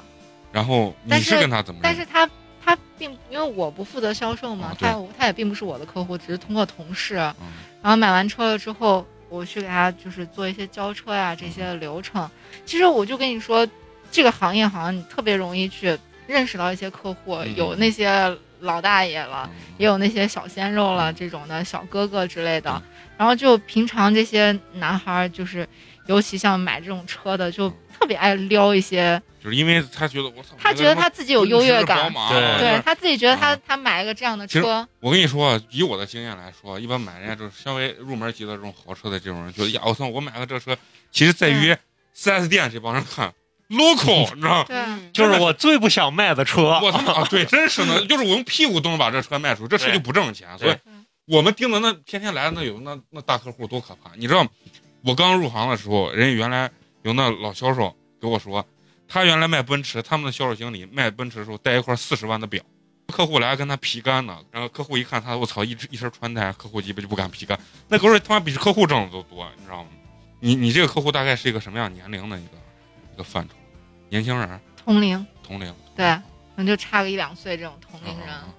A: 然后你
C: 但是
A: 跟他怎么认
C: 但
A: 识？
C: 是他他并因为我不负责销售嘛，
A: 嗯啊对
C: 他他也并不是我的客户，只是通过同事。
A: 嗯
C: 然后买完车了之后，我去给他就是做一些交车呀、这些
A: 嗯
C: 流程。其实我就跟你说，这个行业好像你特别容易去认识到一些客户，
A: 嗯
C: 有那些老大爷了，
A: 嗯
C: 也啊有那些小鲜肉了这种的小哥哥之类
A: 嗯
C: 的。然后就平常这些男孩儿，就是尤其像买这种车的，就特别爱撩一些，
A: 就是因为他觉得嗯我操，
C: 他
A: 我
C: 觉得他自己有优越
A: 奔驰宝
C: 感，
A: 马
B: 对
A: 我这
C: 对他自己觉得他
A: 啊
C: 他买一个这样的
A: 其实
C: 车，
A: 我跟你说啊，以我的经验来说，一般买人家就是稍微入门级的这种豪车的这种人，觉得呀，我操，我买个这车，其实在于四 S 店这帮人看
C: [LAUGHS]
A: local，你知道吗？
C: 对啊，
E: 嗯
B: 就是我最不想卖的车。
A: 我他妈啊，对，真是呢，就是我用屁股都能把这车卖出去，这车
B: 对
A: 就不挣钱。所以
B: 对
A: 我们盯着那天天来的那有那那大客户多可怕，你知道吗？我刚入行的时候，人家原来有那老销售给我说，他原来卖奔驰，他们的销售经理卖奔驰的时候带一块四十万的表，客户来跟他皮干呢，然后客户一看他，我操，一一身穿戴，客户鸡巴就不敢皮干，那狗日他妈比客户挣的都多，你知道吗？你你这个客户大概是一个什么样年龄的一个一个范畴？年轻人，
C: 同龄。
A: 同龄，
C: 对可能就差个一两岁这种同龄人。
A: 嗯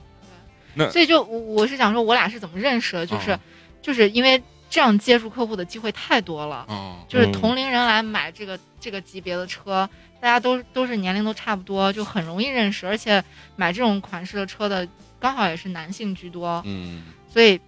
A: 那
C: 所以就我我是想说，我俩是怎么认识的，就是、
A: 嗯
C: 就是因为这样接触客户的机会太多了，
A: 嗯，
C: 就是
B: 嗯
C: 同龄人来买这个这个级别的车，大家都都是年龄都差不多，就很容易认识，而且买这种款式的车的刚好也是男性居多，
A: 嗯，
C: 所以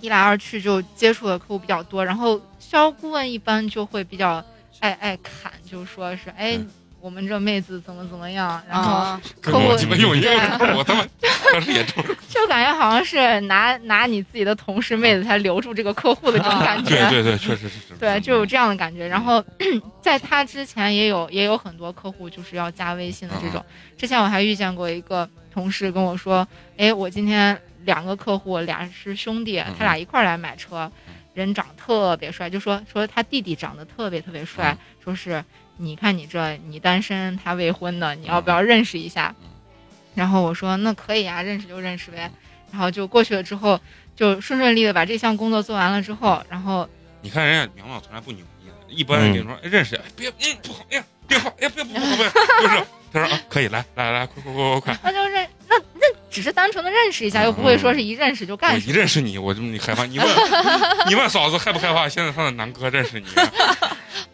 C: 一来二去就接触的客户比较多。然后销顾问一般就会比较爱爱侃，就是说是哎
A: 嗯。
C: 我们这妹子怎么怎么样，然后
E: 啊，
C: 客户
A: 我鸡巴用英
C: 对
A: 语
C: 啊，
A: 我他妈当时也中了。
C: 就感觉好像是拿拿你自己的同事妹子才留住这个客户的这种感觉，
A: 对对对，确实是嗯这么。
C: 对就有这样的感觉。然后 [CLEARS THROAT] 在他之前也有也有很多客户就是要加微信的这
A: 嗯
C: 种，之前我还遇见过一个同事跟我说，哎，我今天两个客户俩是兄弟
A: 嗯，
C: 他俩一块儿来买车
A: 嗯，
C: 人长特别帅，就说说他弟弟长得特别特别帅，
A: 嗯
C: 说是你看你这你单身他未婚的，你要不要认识一下
A: 嗯？
C: 然后我说那可以啊，认识就认识呗。然后就过去了之后，就顺顺利利的把这项工作做完了之后，然后
A: 你看人家苗苗从来不扭捏，一般人跟你说哎认识，哎别嗯不好，哎呀电话，哎呀别不好不好，就是他说啊可以来来来快快快快
C: [LAUGHS]
A: 快，
C: 那就认那那只是单纯的认识一下，又
A: 嗯
C: 不会说是一认识就
A: 我
C: 干什
A: 一
C: 么。
A: 认识你我就你害怕，你问你问嫂子害不害怕？现在她的南哥认识你，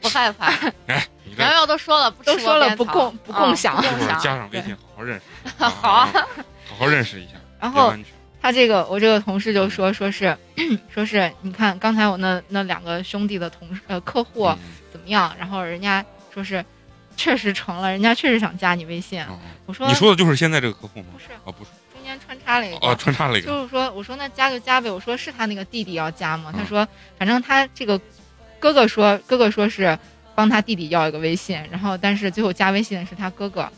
E: 不害 [LAUGHS] 怕。
A: 哎你这
C: [LAUGHS]
E: 苗苗都说了，不吃
C: 都说了
E: 窝边
C: 不
E: 草
C: 共不共享
E: 啊不
A: 一
E: 共
A: 会儿
E: 享。
A: 加上微信好好认识，
E: 好啊，
C: [LAUGHS]
A: 嗯好好认识一下，
C: 然
A: 别
C: 后
A: 弯曲
C: 他这个我这个同事就说说是说是你看刚才我那那两个兄弟的同事呃客户
A: 嗯
C: 怎么样？然后人家说是确实成了，人家确实想加你微信。
A: 嗯
C: 我说
A: 嗯你说的就是现在这个客户吗
C: 不？是，
A: 啊不是，
C: 中间穿插了一个。
A: 哦穿插了一个，
C: 就是说，我说那加就加呗。我说是他那个弟弟要加吗？
A: 嗯
C: 他说，反正他这个哥哥说，哥哥说是帮他弟弟要一个微信，然后但是最后加微信的是他哥哥。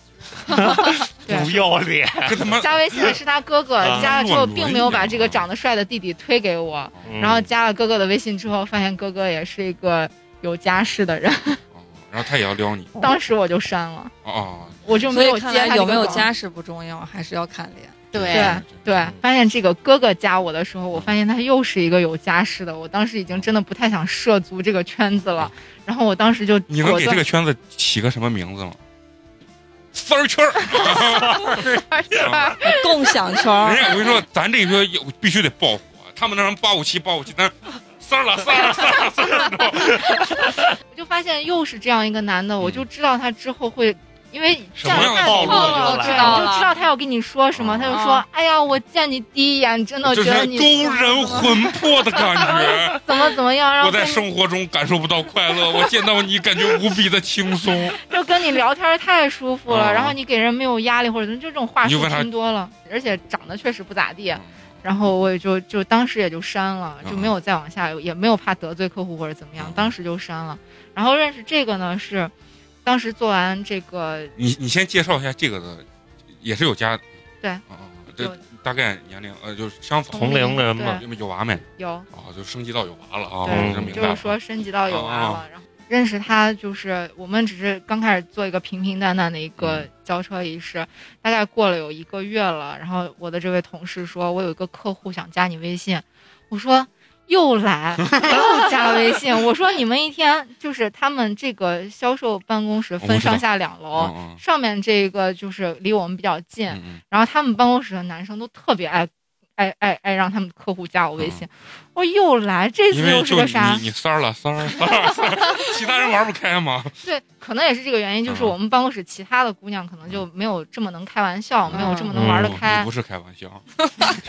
C: 对，
B: 不要脸，
A: 跟他妈
C: 加微信的是他哥哥，
B: 啊
C: 加了之后并没有把这
A: 乱伦一样啊
C: 个长得帅的弟弟推给我。
A: 哦
B: 嗯
C: 然后加了哥哥的微信之后，发现哥哥也是一个有家室的人，
A: 哦然后他也要撩你，
C: 当时我就删了，
A: 哦哦，
C: 我就
D: 哦所
C: 没
D: 以
C: 有
D: 看
C: 接
D: 来
C: 他
D: 有没有
C: 这个广
D: 家世不重要，还是要看脸。
E: 对
C: 对对，发现这个哥哥加我的时候，我
A: 嗯
C: 发现他又是一个有家室的，我当时已经真的不太想涉足这个圈子了。然后我当时就
A: 你能
C: 果
A: 给这
C: 断
A: 个圈子起个什么名字吗？三儿圈儿，
C: [LAUGHS]
D: 共享圈
A: 人 [LAUGHS]
D: 儿，
A: 家我跟你说，咱这一波有必须得爆火。他们那什么八五七八五七，咱三儿了三儿了三儿了三儿了，
C: 我就发现又是这样一个男的，
A: 嗯
C: 我就知道他之后会。因为
B: 什
C: 这样
B: 么样的
C: 看
B: 套路
E: 就
C: 对，
E: 来了
C: 我就知道他要跟你说什么，他就说
E: 啊：“
C: 哎呀，我见你第一眼真的
A: 哦就
C: 觉
A: 是
C: 得你
A: 勾人魂魄的感觉。
C: 怎么怎么样，然后
A: [LAUGHS] 我在
C: 跟
A: 生活中感受不到快乐，我见到你感觉无比的轻松。
C: 就跟你聊天太舒服
A: 啊
C: 了，然后你给人没有压力或者什么就这种话
A: 你就
C: 术
A: 问他
C: 听多了，而且长得确实不咋地啊
A: 嗯，
C: 然后我也就就当时也就删了，
A: 嗯
C: 就没有再往下，也没有怕得罪客户或者怎么样
A: 嗯，
C: 当时就删了。然后认识这个呢是，当时做完这个
A: 你你先介绍一下这个的，也是有家。
C: 对
A: 嗯。嗯嗯这
C: 有
A: 大概年龄呃，就是相仿，
B: 同龄人嘛
C: 对
A: 有有娃没？
C: 有，
A: 啊，就升级到有娃了啊，我
C: 对
A: 这明白
C: 就
A: 了。
C: 是说升级到有娃
A: 哦
C: 了，然后认识他就是我们只是刚开始做一个平平淡淡的一个
A: 嗯
C: 交车仪式，大概过了有一个月了。然后我的这位同事说，我有一个客户想加你微信，我说又来又加微信，我说你们一天就是他们这个销售办公室
A: 哦我
C: 分
A: 知道
C: 上下两楼，
A: 嗯
C: 上面这个就是离我们比较近，
A: 嗯嗯
C: 然后他们办公室的男生都特别爱。爱爱爱让他们客户加我微信，我说又来，这
A: 嗯，
C: 次
A: 因为
C: 又是
A: 就
C: 个啥？
A: 你你三儿了，三儿三儿三
C: [LAUGHS]
A: 儿，其他人玩不开嘛。
C: 对，可能也是这个原因，就是
A: 嗯
C: 我们办公室其他的姑娘可能就没有这么能开玩笑，没有这么能 [LAUGHS] 玩得
A: 嗯
C: 开
A: 你不。是开玩笑，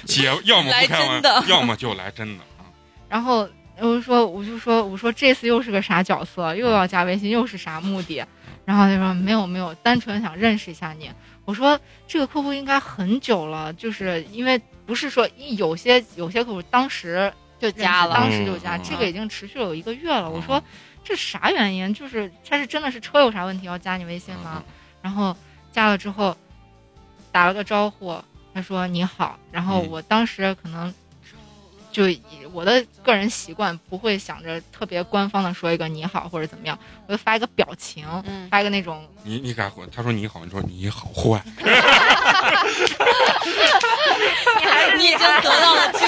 A: 姐要么不开
D: 来
A: 玩
D: 真的
A: 要么就来真的啊。
C: 然后我就说，我就说，我说这次又是个啥角色，又要加微信，又是啥目的？然后他说没有没有，单纯想认识一下你。我说这个客户应该很久了，就是因为不是说一有些有些客户当时
E: 就
C: 认识
E: 加了。
C: 当时就加，
A: 嗯
C: 这个已经持续了有一个月了。我
A: 嗯
C: 说这啥原因？就是他是真的是车有啥问题要加你微信吗？然后加了之后打了个招呼，他说你好，然后
A: 嗯
C: 我当时可能就以我的个人习惯不会想着特别官方的说一个你好或者怎么样，我就发一个表情，
E: 嗯，
C: 发一个那种
A: 你你敢混？他说你好，你说你好
C: [LAUGHS]
A: 坏，
C: 你还
D: 你已经得到了，
C: [LAUGHS]
A: 你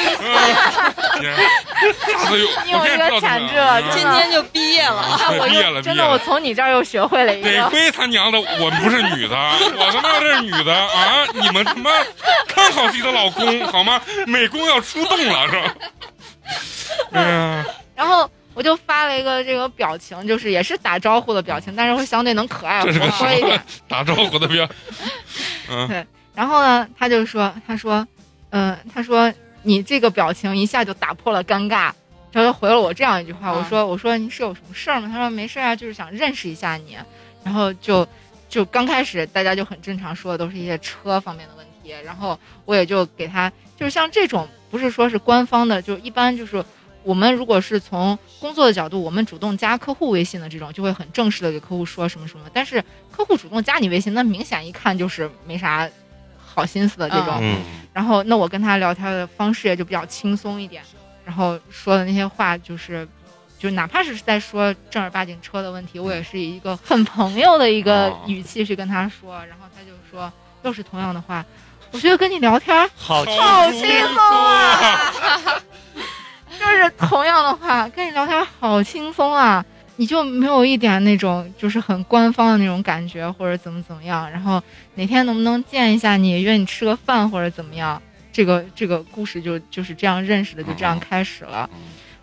A: 下次又
C: 你
A: 啊哎
C: 有
A: 我现在知
C: 这个
A: 道怎么
C: 潜质了
A: 嗯
D: 今天就毕业
A: [LAUGHS]
D: 了。
A: 啊
C: [LAUGHS] 我
A: 毕业
C: 又
A: 了，
C: 真
A: 毕业
C: 的
A: 了
C: 我从你这儿又学会了一
A: 得
C: 个。
A: 亏他娘的，我不是女的， [LAUGHS] 我他妈这是女的啊！你们他妈看好自己的老公好吗？美工要出动了是
C: [LAUGHS]
A: 吧？哎呀，
C: [LAUGHS] 然后我就发了一个这个表情，就是也是打招呼的表情，但是会相对能可爱活
A: 这是个什
C: 泼一点
A: 么。打招呼的标？嗯，
C: 然后呢，他就说，他说，嗯、他说你这个表情一下就打破了尴尬。他就回了我这样一句话，
E: 啊
C: 我说，我说你是有什么事儿吗？他说没事儿啊，就是想认识一下你。然后就就刚开始大家就很正常说的都是一些车方面的问题，然后我也就给他就是像这种不是说是官方的，就一般就是。我们如果是从工作的角度，我们主动加客户微信的这种，就会很正式的给客户说什么什么。但是客户主动加你微信，那明显一看就是没啥好心思的这种。
B: 嗯
C: 然后那我跟他聊天的方式也就比较轻松一点，然后说的那些话就是，就哪怕是在说正儿八经车的问题，我也是以一个很朋友的一个语气去跟他说，然后他就说又是同样的话，我觉得跟你聊天
B: 好，
C: 好
A: 轻
C: 轻松
A: 啊！
C: 就是同样的话， [LAUGHS] 跟你聊天好轻松啊，你就没有一点那种就是很官方的那种感觉，或者怎么怎么样。然后哪天能不能见一下你，约你吃个饭或者怎么样？这个这个故事就就是这样认识的，就这样开始了。
A: 嗯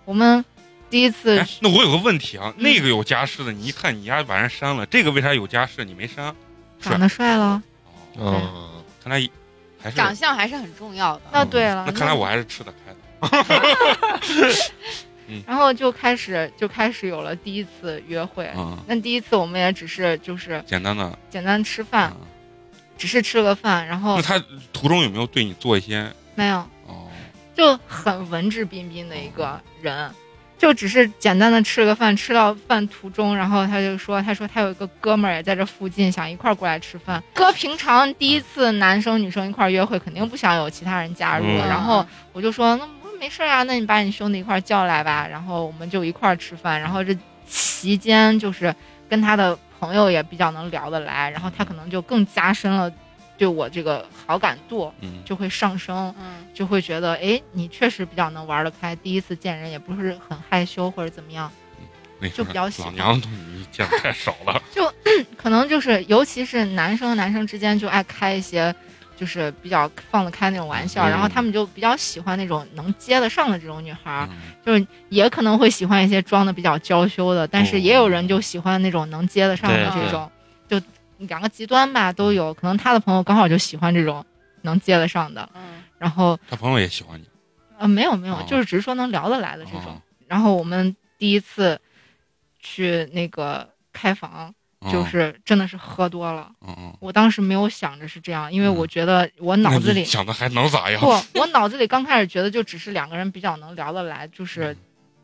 C: 我们第一次
A: 哎，那我有个问题啊，那个有家室的，你一看你丫把人删了，这个为啥有家室你没删？
C: 长得帅了，
A: 哎哦，
B: 嗯，
A: 看来还是嗯
E: 长相还是很重要的。
C: 那对了，
A: 那看来我还是吃得开的。
C: 然后就开始就开始有了第一次约会。
A: 嗯，
C: 那第一次我们也只是就是
A: 简单的。
C: 简单吃饭，
A: 嗯
C: 只是吃个饭，然后
A: 那他途中有没有对你做一些？
C: 没有
A: 哦，
C: 就很文质彬彬的一个人，就只是简单的吃了个饭，吃到饭途中，然后他就说，他说他有一个哥们儿也在这附近，想一块儿过来吃饭。哥平常第一次男生女生一块儿约会，肯定不想有其他人加入，
B: 嗯
C: 然后我就说那我没事儿啊，那你把你兄弟一块儿叫来吧，然后我们就一块儿吃饭，然后这期间就是跟他的朋友也比较能聊得来，然后他可能就更加深了对我这个好感度
A: 嗯，
C: 就会上升。
E: 嗯，
C: 就会觉得，哎，你确实比较能玩得开，第一次见人也不是很害羞或者怎么样，
A: 那
C: 就比较喜
A: 老
C: 欢
A: 娘你见的太少
C: [LAUGHS]
A: 了。
C: 可能就是尤其是男生和男生之间就爱开一些，就是比较放得开那种玩笑，
A: 嗯
C: 然后他们就比较喜欢那种能接得上的这种女孩儿，
A: 嗯
C: 就是也可能会喜欢一些装的比较娇羞的，但
A: 哦
C: 是也有人就喜欢那种能接得上的
B: 对
C: 这种，就两个极端吧都有，可能他的朋友刚好就喜欢这种能接得上的，
E: 嗯，
C: 然后
A: 他朋友也喜欢你。
C: 呃没有没有
A: 哦，
C: 就是只是说能聊得来的这种。
A: 哦
C: 然后我们第一次去那个开房，
A: 哦
C: 就，是真的是喝多了。
A: 嗯嗯，
C: 我当时没有想着是这样，因为我觉得我脑子
A: 那
C: 里
A: 你想的还能咋样？
C: 不，我脑子里刚开始觉得就只是两个人比较能聊得来，就是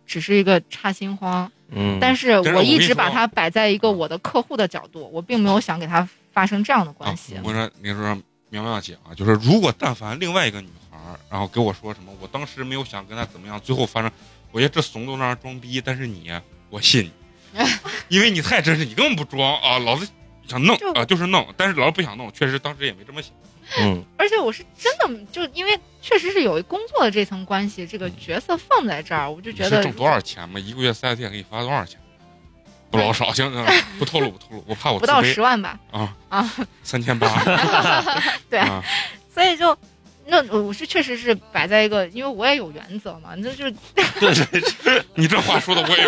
C: 只是一个差心慌。
B: 嗯，
C: 但是
A: 嗯但是我
C: 我一
A: 跟你
C: 直
A: 说嗯
C: 把它摆在一个我的客户的角度，我并没有想给他发生这样的
A: 啊
C: 关系。
A: 我说，你说苗苗姐啊，就是如果但凡另外一个女孩儿，然后给我说什么，我当时没有想跟她怎么样，最后发生，我觉得这怂都让人装逼，但是你，我信你。
C: [LAUGHS]
A: 因为你太真实，你根本不装啊，老子想弄
C: 就
A: 啊，就是弄，但是老子不想弄，确实当时也没这么想。
B: 嗯，
C: 而且我是真的就因为确实是有工作的这层关系，这个角色放在这儿，我就
A: 你
C: 觉
A: 是
C: 得
A: 挣多少钱嘛？一个月四 S 店给你发多少钱？不老少，行，嗯
C: [LAUGHS]
A: 不透露，不透露，我怕我
C: 不
A: 自
C: 到
A: 卑
C: 十万吧，
A: 啊
C: 啊，
A: 三千八，
C: [LAUGHS] 对
A: 啊
C: 所以就。那我是确实是摆在一个，因为我也有原则嘛，那就是
A: [LAUGHS]
B: 对对，
A: 你这话说的
C: [LAUGHS]
A: 我也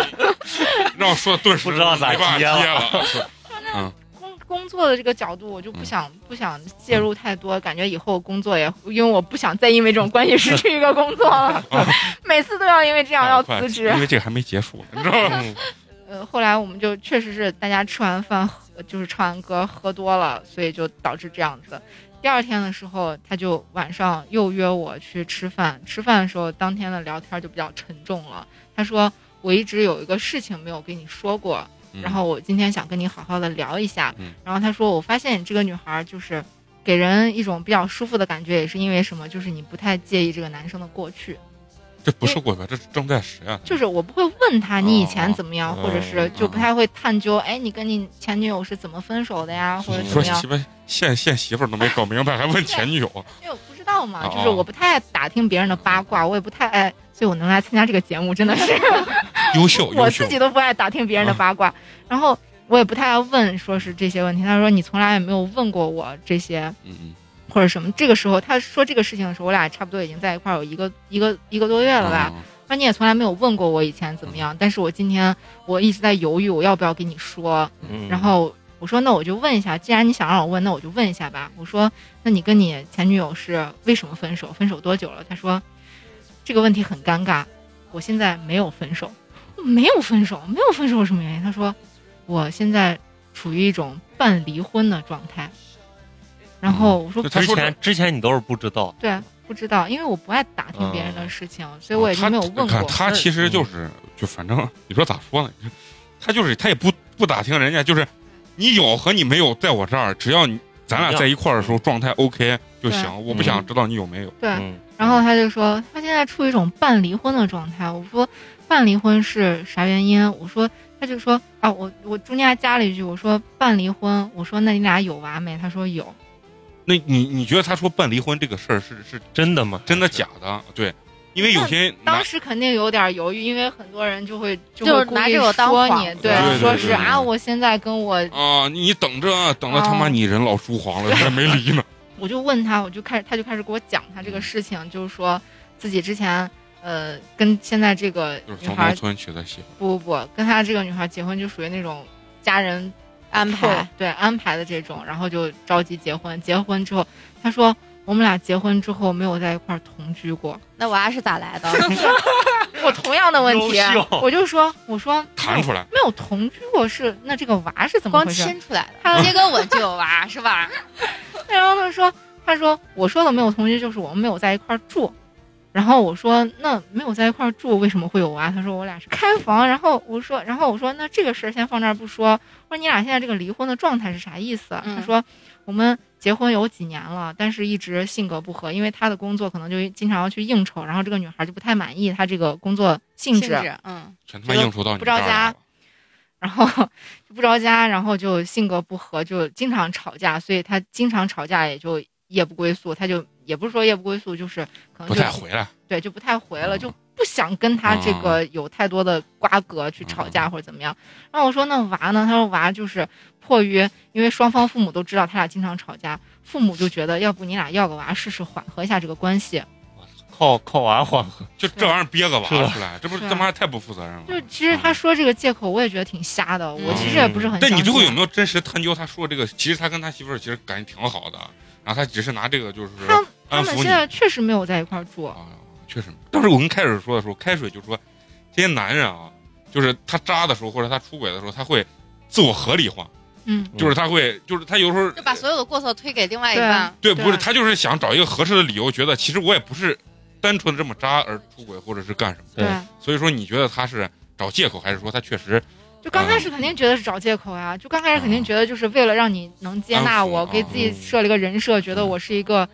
A: 让我说的顿时
B: 不知道咋
A: 没办法
B: 接了
A: 了。
C: 工工作的这个角度，我就不想、不想介入太多，感觉以后工作也，因为我不想再因为这种关系失去一个工作了，每次都要因为这样要
A: 啊快
C: 辞
A: [LAUGHS]
C: 职
A: 因。为这个还没结束，你知道
B: 嗯
A: 吗？
C: 呃，后来我们就确实是大家吃完饭喝，就是唱完歌喝多了，所以就导致这样子。第二天的时候，他就晚上又约我去吃饭。吃饭的时候，当天的聊天就比较沉重了。他说：“我一直有一个事情没有跟你说过，
A: 嗯
C: 然后我今天想跟你好好的聊一下。
A: 嗯
C: 然后他说，我发现你这个女孩儿就是给人一种比较舒服的感觉，也是因为什么？就是你不太介意这个男生的过去，
A: 这不是鬼吧？这是正在时啊！
C: 就是我不会问他你以前
A: 哦
C: 怎么样，
A: 哦
C: 或者是就不太会探究，哎，你跟你前女友是怎么分手的呀，或者
A: 你
C: 怎
A: 说
C: 么样
A: 媳？妇现现媳妇儿都没搞明白，还问前女友？
C: 因 [LAUGHS] 为我不知道嘛，
A: 哦
C: 就是我不太打听别人的八卦，我也不太爱，所以我能来参加这个节目，真的是。
A: 优
C: [LAUGHS]
A: 秀，
C: 我
A: 哦优秀哦
C: 自己。都不爱打听别人的八卦，然后我也不太爱问，说是这些问题。他说你从来也没有问过我这些
A: 嗯嗯，
C: 或者什么。这个时候他说这个事情的时候，我俩差不多已经在一块儿有一个一个一个多月了吧。
A: 嗯？
C: 他说你也从来没有问过我以前怎么样，但是我今天我一直在犹豫，我要不要跟你说。
B: 嗯
C: 然后我说那我就问一下，既然你想让我问，那我就问一下吧。我说那你跟你前女友是为什么分手？分手多久了？他说这个问题很尴尬，我现在没有分手，我没有分手，没有分手是什么原因？他说我现在处于一种半离婚的状态。然后我说
A: 嗯他
B: 之
A: 说
B: 前之前你都是不知道，
C: 对，不知道，因为我不爱打听别人的事情，所以我也就
A: 哦嗯他
C: 没有问
A: 你看
C: 过。嗯
A: 他其实就是，就反正你说咋说呢？他就是他也不不打听人家，就是你有和你没有，在我这儿，只要你咱俩在一块儿的时候状态 OK 就
C: 对
A: 行。我不想知道你有没有。
C: 对，
B: 嗯，
C: 然后他就说他现在处于一种半离婚的状态。我说半离婚是啥原因？我说他就说啊，我我中间还加了一句，我说半离婚，我说那你俩有娃没？他说有。
A: 那你你觉得他说办离婚这个事儿是是
B: 真的吗？
A: 真的假的？对，因为有些男
C: 当时肯定有点犹豫，因为很多人就会就
E: 就
C: 会
E: 是
C: 故
E: 拿
C: 意
E: 这个当
C: 说
E: 幌
C: 你
E: 子，
A: 对对
C: 说
A: 对
C: 是
A: 对
C: 啊，我现在跟我，
A: 啊，你等着啊，等着他妈
C: 哦
A: 你人老珠黄了，还没离呢。 [LAUGHS]
C: 我就问他，我就开始他就开始给我讲他
A: 嗯
C: 这个事情，就是说自己之前呃跟现在这个
A: 就是
C: 女
A: 从
C: 孩
A: 农
C: 儿
A: 村娶的媳妇儿。
C: 不不不，跟他这个女孩结婚就属于那种家人
E: 安排，
C: 对安排的这种，然后就着急结婚。结婚之后，他说我们俩结婚之后没有在一块儿同居过。
E: 那娃是咋来
C: [LAUGHS]
E: 的？
C: 我同样的问题
B: 优秀，
C: 我就说我说
A: 弹出来，
C: 没有同居过是那这个娃是怎么
E: 光
C: 回事？
E: 亲出来
C: 他
E: 的，接个吻就有娃是
C: [LAUGHS]
E: 吧？
C: 然后他说他说我说的没有同居就是我们没有在一块儿住。然后我说那没有在一块儿住为什么会有啊娃？他说我俩是开房。然后我说然后我说那这个事儿先放这儿不说。我说你俩现在这个离婚的状态是啥意思？啊
E: 嗯
C: 他说我们结婚有几年了，但是一直性格不合，因为他的工作可能就经常要去应酬，然后这个女孩就不太满意他这个工作性质，
E: 性质，嗯，
A: 全他妈应酬到你
C: 不
A: 这
C: 着
A: 儿来
C: 家
A: 了。
C: 然后就不着家，然后就性格不合，就经常吵架，所以他经常吵架也就夜不归宿，他就也不是说夜不归宿，就是可能
A: 不
C: 就
A: 太哦回来。
C: 对就不太回了，
A: 嗯
C: 就不想跟他这个有太多的瓜葛去吵
A: 哦
C: 架或者怎么样。然后我说那娃呢？他说娃就是迫于因为双方父母都知道他俩经常吵架，父母就觉得要不你俩要个娃试试缓和一下这个关系。
B: 靠靠娃缓和，
A: 就这玩意儿憋个娃
B: 是吧
A: 出来，这不是
C: 是啊
A: 他妈太不负责任了
C: 就。其实他说这个借口，我也觉得挺瞎的，我其实也不是
A: 哦
C: 很相
A: 嗯但
C: 信。啊
A: 你最后有没有真实探究他说这个？其实他跟他媳妇儿其实感情挺好的，然后他只是拿这个就是
C: 他他
A: 安
C: 们
A: 抚
C: 现
A: 你
C: 在确实没有在一块儿住。
A: 啊，确实没有。当时我跟开水说的时候，开水就说这些男人啊，就是他渣的时候或者他出轨的时候，他会自我合理化，
C: 嗯，
B: 嗯
A: 就是他会就是他有时候
E: 就把所有的过错推给另外一
C: 对
E: 半，
A: 对
C: 对
A: 不是他就是想找一个合适的理由，觉得其实我也不是单纯的这么渣而出轨或者是干什么。
B: 对
C: 对，
A: 所以说你觉得他是找借口，还是说他确实
C: 就刚
B: 嗯
C: 开始肯定觉得是找借口呀、就刚开始肯定觉得就是为了让你能接纳
B: 嗯
C: 我，
A: 安抚
C: 给自己设了一个人设，觉得我是一个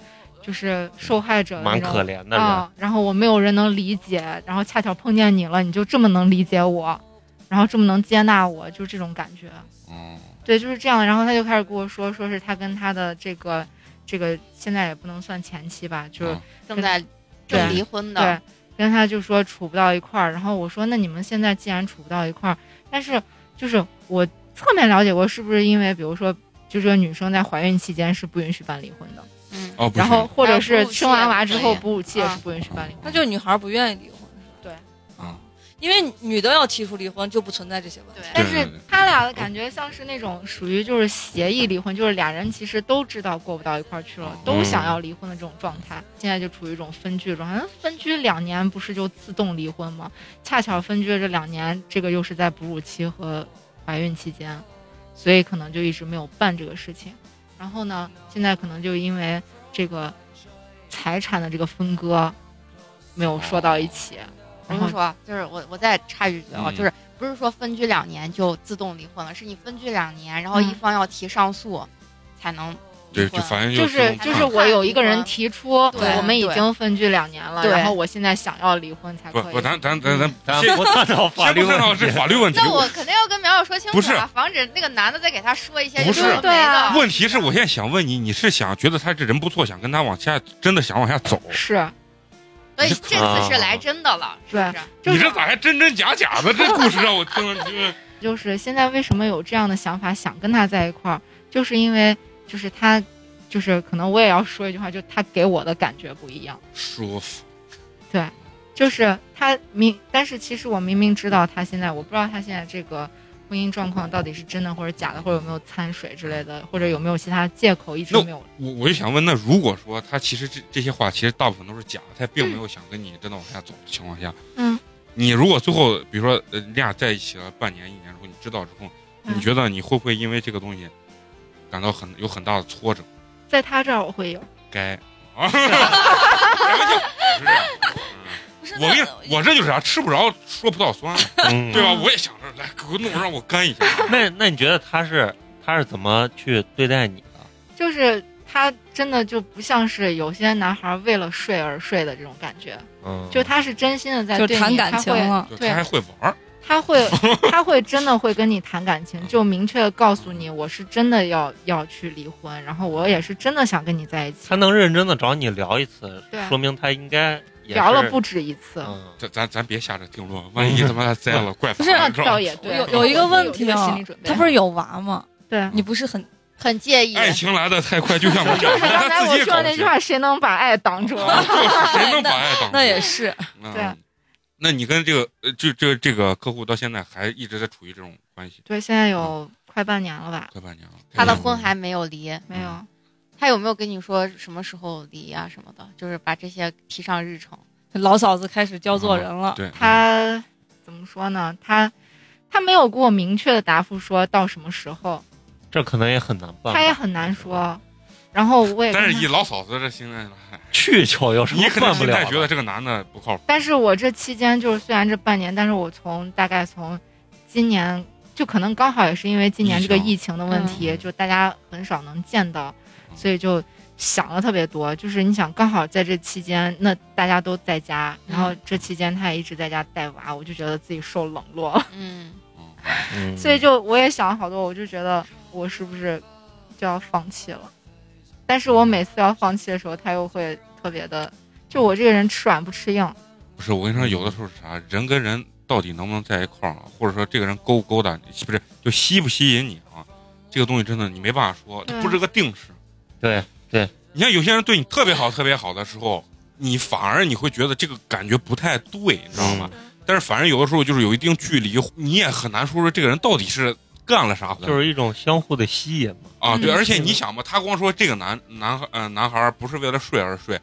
C: 就是受害者的那
B: 蛮可
C: 种
B: 怜的人。
C: 啊、然后我没有人能理解，然后恰巧碰见你了，你就这么能理解我，然后这么能接纳我，就这种感觉。
A: 嗯，
C: 对，就是这样。然后他就开始跟我说，说是他跟他的这个这个现在也不能算前妻吧，就是、
A: 嗯
E: 正在
C: 对
E: 正离婚的，
C: 对，跟他就说处不到一块儿。然后我说，那你们现在既然处不到一块儿，但是就是我侧面了解过，是不是因为比如说，就这个女生在怀孕期间是不允许办离婚的，
E: 嗯，
A: 哦，不
C: 然
A: 是嗯
C: 后或
D: 还
C: 者
D: 有哺
C: 是
D: 乳期
C: 生完
D: 也
C: 娃
D: 不
C: 之
E: 可
C: 后
E: 以
C: 哺乳期也
D: 啊
C: 是不允许办离婚的。
D: 那就是女孩不愿意离婚，是吧？
A: 对啊，
D: 因为女的要提出离婚就不存在这些问题。
E: 对
C: 但
A: 对
C: 是他俩的感觉像是那种属于就是协议离婚，就是俩人其实都知道过不到一块儿去了，都想要离婚的这种状态，现在就处于一种分居状态。那分居两年不是就自动离婚吗？恰巧分居的这两年，这个又是在哺乳期和怀孕期间，所以可能就一直没有办这个事情。然后呢，现在可能就因为这个财产的这个分割没有说到一起，
E: 我
C: 然
E: 跟
C: 后
E: 你说，就是我我再插一句啊，
B: 嗯
E: 就是不是说分居两年就自动离婚了，是你分居两年，然后
C: 嗯
E: 一方要提上诉，才能
A: 对，
E: 离
A: 就
E: 婚。
A: 反正
C: 就是是就是我有一个人提出，
E: 对
C: 我们已经分居两年了，
E: 对
C: 然后我现在想要离婚才
A: 不
C: 可
A: 不，
C: 以。
A: 咱咱咱咱
B: 嗯咱不探讨法律
A: 先不
B: 问
A: 探讨
B: 题
A: 是。法律问题。
E: 那我肯定要跟苗苗说清
A: 不
E: 楚
A: 是
E: 啊，防止那个男的再给他说一些
A: 不
E: 有
A: 是
E: 的没
C: 对啊
E: 的。
A: 问题是我现在想问你，你是想觉得他这人不错，想跟他往下，真的想往下走？
C: 是，
E: 所以这次是来真的了，是不是？
C: 就
A: 啊你这
C: 是
A: 咋还真真假假的？这故事让我听了，就是
C: 就是现在为什么有这样的想法，想跟他在一块儿，就是因为就是他，就是可能我也要说一句话，就他给我的感觉不一样，
A: 舒服。
C: 就是他明，但是其实我明明知道他现在，我不知道他现在这个。婚姻状况到底是真的或者假的，或者有没有掺水之类的，或者有没有其他借口，一直
A: 那
C: 没有。
A: 我我就想问，那如果说他其实这这些话其实大部分都是假的，他并没有想跟你真的往下走的情况下，
C: 嗯，
A: 你如果最后比如说呃你俩在一起了半年一年之后，你知道之后，
C: 嗯
A: 你觉得你会不会因为这个东西感到很有很大的挫折？
C: 在他这儿我会有，
A: 该 [LAUGHS] 啊，开玩笑，不是这样
D: 不是
A: 我跟你
D: 那
A: 讲，我这就是啥，吃不着说葡萄酸，[LAUGHS]
B: 嗯，
A: 对吧？我也想着来给我弄，让我干一下。
B: 那那你觉得他是他是怎么去对待你的？
C: 就是他真的就不像是有些男孩为了睡而睡的这种感觉，
B: 嗯，
C: 就他是真心的在
D: 就
C: 对你，
D: 谈感情了
A: 对，
C: 对
A: 他还会玩儿，[LAUGHS]
C: 他会，他会，他会真的会跟你谈感情，就明确地告诉你，我是真的要要去离婚，然后我也是真的想跟你在一起
B: 他，能认真的找你聊一次
C: 对，
B: 说明他应该也是
C: 聊了不止一次， [LAUGHS]
B: 嗯，
A: 咱咱咱别下这定论，万一他妈栽了怪
D: 不是
A: 法
C: 那
A: 你知道
C: 倒
A: 吗？
C: 也对。
D: 有有一个问题
C: 有这个
D: 啊
C: 心理准，备
D: 她不是有娃吗？
C: 对，
D: 你不是很
E: 很介意，
A: 爱情来的太快，就像我讲
C: [LAUGHS] 就是啊
A: 的，
C: 刚才
A: 他
C: 我
A: 自己
C: 说
A: 搞
C: 的那句话，谁能把爱挡住？啊
A: 不清，就是谁能把爱挡住？
D: 那也是，
A: 嗯
C: 对。啊
A: 那你跟这个呃，就这个这个客户到现在还一直在处于这种关系，
C: [LAUGHS] 对，现在有快半年了吧？
A: 快半年了。
E: 他
C: 嗯
E: 的婚还没有离，
A: 嗯
C: 没有，
E: 他有没有跟你说什么时候离啊什么的？就是把这些提上日程。
D: 老嫂子开始教做人了。
A: 嗯对
C: 他怎么说呢？他他没有给我明确的答复，说到什么时候，
B: 这可能也很难办吧。
C: 他也很难说。然后我也跟
A: 但
C: 他，
A: 是以老嫂子这心态，哎
B: 去求有什么
A: 你可能
B: 办不
A: 心
B: 了
A: 态
B: 的？
A: 觉得这个男的不靠谱。
C: 但是我这期间就是虽然这半年，但是我从大概从今年就可能刚好也是因为今年这个
A: 疫情
C: 疫情的问题，
A: 嗯
C: 就大家很少能见到，
A: 嗯
C: 所以就想了特别多。就是你想，刚好在这期间，那大家都在家，
E: 嗯
C: 然后这期间他也一直在家带娃，我就觉得自己受冷落了，
E: 嗯，
A: 嗯
B: 嗯
C: 所以就我也想了好多，我就觉得我是不是就要放弃了？但是我每次要放弃的时候，他又会特别的，就我这个人吃软不吃硬，
A: 不是，我跟你说，有的时候是啥，人跟人到底能不能在一块儿啊？或者说这个人勾不勾搭你，不是就吸不吸引你啊？这个东西真的你没办法说，
C: 对
A: 它不是个定式。
B: 对对，
A: 你像有些人对你特别好、特别好的时候，你反而你会觉得这个感觉不太对，你知道吗？
B: 嗯
A: 但是反正有的时候就是有一定距离，你也很难说说这个人到底是干了啥的。
B: 就是一种相互的吸引嘛。
A: 啊，对，
D: 嗯
A: 而且你想吧，他光说这个男男孩呃男孩儿不是为了睡而睡，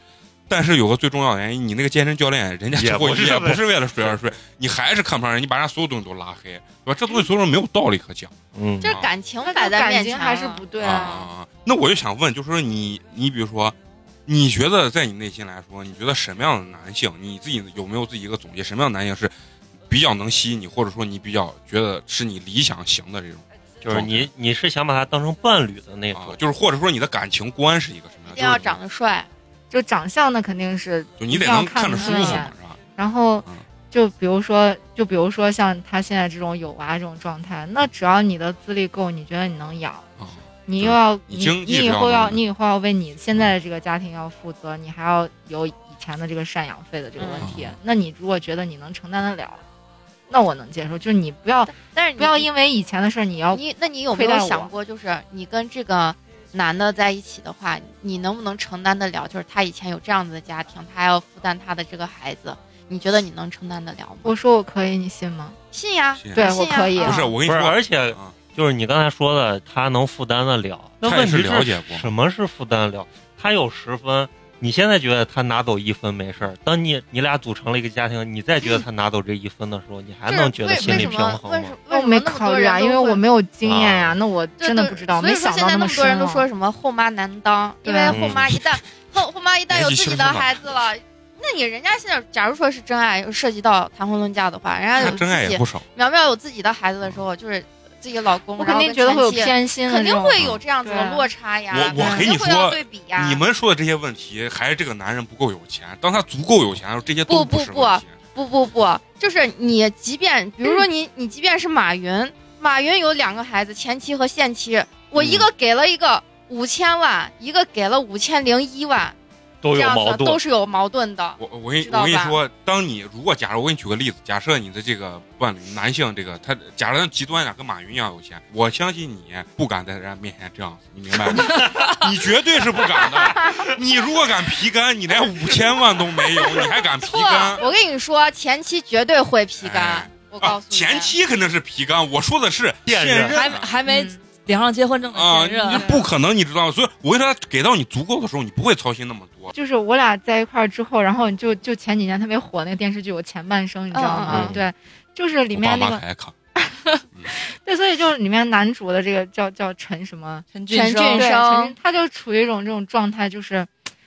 A: 但是有个最重要的原因，你那个健身教练人家
B: 也
A: 最后
B: 不是
A: 也
B: 为
A: 不是为了睡而睡，你还是看不上人，你把人家所有东西都拉黑，对吧？这东西所以说没有道理可讲
B: 嗯，
E: 就是感情摆在面
C: 感
E: 前
C: 情
E: 了
C: 还是不对
A: 啊啊。啊那我就想问，就是说你你比如说，你觉得在你内心来说，你觉得什么样的男性，你自己有没有自己一个总结，什么样的男性是比较能吸引你，或者说你比较觉得是你理想型的这种
B: 就是你你是想把他当成伴侣的那
A: 啊
B: 种？，
A: 就是或者说你的感情观是一个什么
E: 一
A: 样的？就
E: 定要
A: 是
E: 长得帅，
C: 就长相呢肯定是
A: 就你得
C: 一定要
A: 能看着
C: 得
A: 舒
E: 顺
A: 服
C: 眼
A: 嘛，是吧？
C: 然后
A: 嗯
C: 就比如说，就比如说像他现在这种有娃这种状态，那只要你的资历够，你觉得你能养，
E: 啊
A: 哦
C: 你
A: 对
C: 又要
A: 你
C: 你
A: 经济
C: 你以
A: 上
C: 后
A: 能
C: 要
A: 力
C: 你以后要为你现
A: 嗯
C: 在的这个家庭要负责，你还要有以前的这个赡养费的这个问题。
A: 嗯
C: 那你如果觉得你能承担得了，那我能接受。就是你不要
E: 但是你
C: 不要因为以前的事儿你要
E: 你那你有没
C: 亏待
E: 有
C: 我
E: 想过，就是你跟这个男的在一起的话，你能不能承担得了？就是他以前有这样子的家庭，他还要负担他的这个孩子，你觉得你能承担得了吗？
C: 我说我可以，你信吗？
E: 信呀，
A: 信
C: 对
E: 信
C: 我
E: 呀
C: 可以
E: 啊
A: 不是我跟你
B: 不是，
A: 说，
B: 而且
A: 啊
B: 就是你刚才说的，他能负担得了。
E: 嗯
B: 那
A: 他也
B: 问
A: 是
B: 题
A: 了解过
B: 什么是负担得了？他有十分，你现在觉得他拿走一分没事儿，当你你俩组成了一个家庭，你再觉得他拿走这一分的时候，你还
E: 就是
B: 能觉得
E: 为
B: 心里
E: 为
B: 平
E: 什么
B: 衡
E: 为
B: 吗
E: 什？么为
C: 那我
E: 什么
C: 没
E: 那么
C: 考
E: 多
C: 虑
E: 人
C: 啊，
E: 都
C: 因为
E: 会
C: 我没有经验呀、
A: 啊
C: 那我
E: 对
C: 真的
E: 对
C: 不知道，
E: 所以
C: 没
E: 说
C: 想
E: 现
C: 到
E: 在那
C: 么
E: 么多人
C: 深
E: 都
C: 了
E: 说什么后妈难当，因
C: 对
E: 为
C: 啊
E: 后妈一
A: [LAUGHS]
E: 旦后后妈一旦有自己的孩子了，那你人家现在假如说是真爱，涉及到谈婚论嫁的话，人家有
A: 他
E: 自
A: 真爱也
E: 己
A: 不少，
E: 苗苗有自己的孩子的时候，就是自己老公，
C: 我肯定觉
E: 然
C: 得
E: 后
C: 会有
E: 跟前妻
C: 偏心的
E: 肯
C: 这
E: 定
C: 种，
E: 会有这样子的
C: 对啊
E: 落差呀，
A: 我我
E: 肯
A: 跟你
E: 定会要
A: 说
E: 对比呀。
A: 你们说的这些问题，还是这个男人不够有钱。当他足够有钱的时候，这些都
E: 不
A: 是
E: 不
A: 问题。
E: 不不不，就是你即便比
C: 嗯
E: 如说你你即便是马云，马云有两个孩子，前妻和现妻，我
A: 嗯
E: 一个给了一个五千万，一个给了五千零一万，
B: 都
E: 这
B: 有
E: 样
B: 矛
E: 子啊
B: 盾
E: 都。是有矛盾的。
A: 我我跟你
E: 知道
A: 我
E: 吧
A: 跟你说，当你如果假如我给你举个例子，假设你的这个伴侣男性这个他，假如他极端一点，跟马云一样有钱，我相信你不敢在人家面前这样，你明白吗？ [LAUGHS] 你绝对是不敢的。你如果敢皮干，你连五千万都没有，你还敢皮
E: 错
A: 干？，
E: 我跟你说，前妻绝对会皮
A: 哎
E: 干，我告
A: 啊
E: 诉，你。
A: 前妻肯定是皮干，我说的是现
B: 现
A: 任
B: 任
A: 啊，
D: 还还没
C: 嗯
D: 领上结婚证的
A: 啊，
D: 前
A: 你
D: 任，
A: 这不可能，你知道吗？所以我跟他给到你足够的时候，你不会操心那么多。
C: 就是我俩在一块儿之后，然后你就就前几年特别火那个电视剧《我前半生》，你知道吗？
B: 嗯嗯
C: 对，就是里
A: 我爸
C: 面那
A: 妈
C: 个
A: 还看，
C: 对，所以就是里面男主的这个叫叫陈什么
D: 陈
E: 俊生
C: 对
E: 生
C: 陈俊，他就处于一种这种状态，就是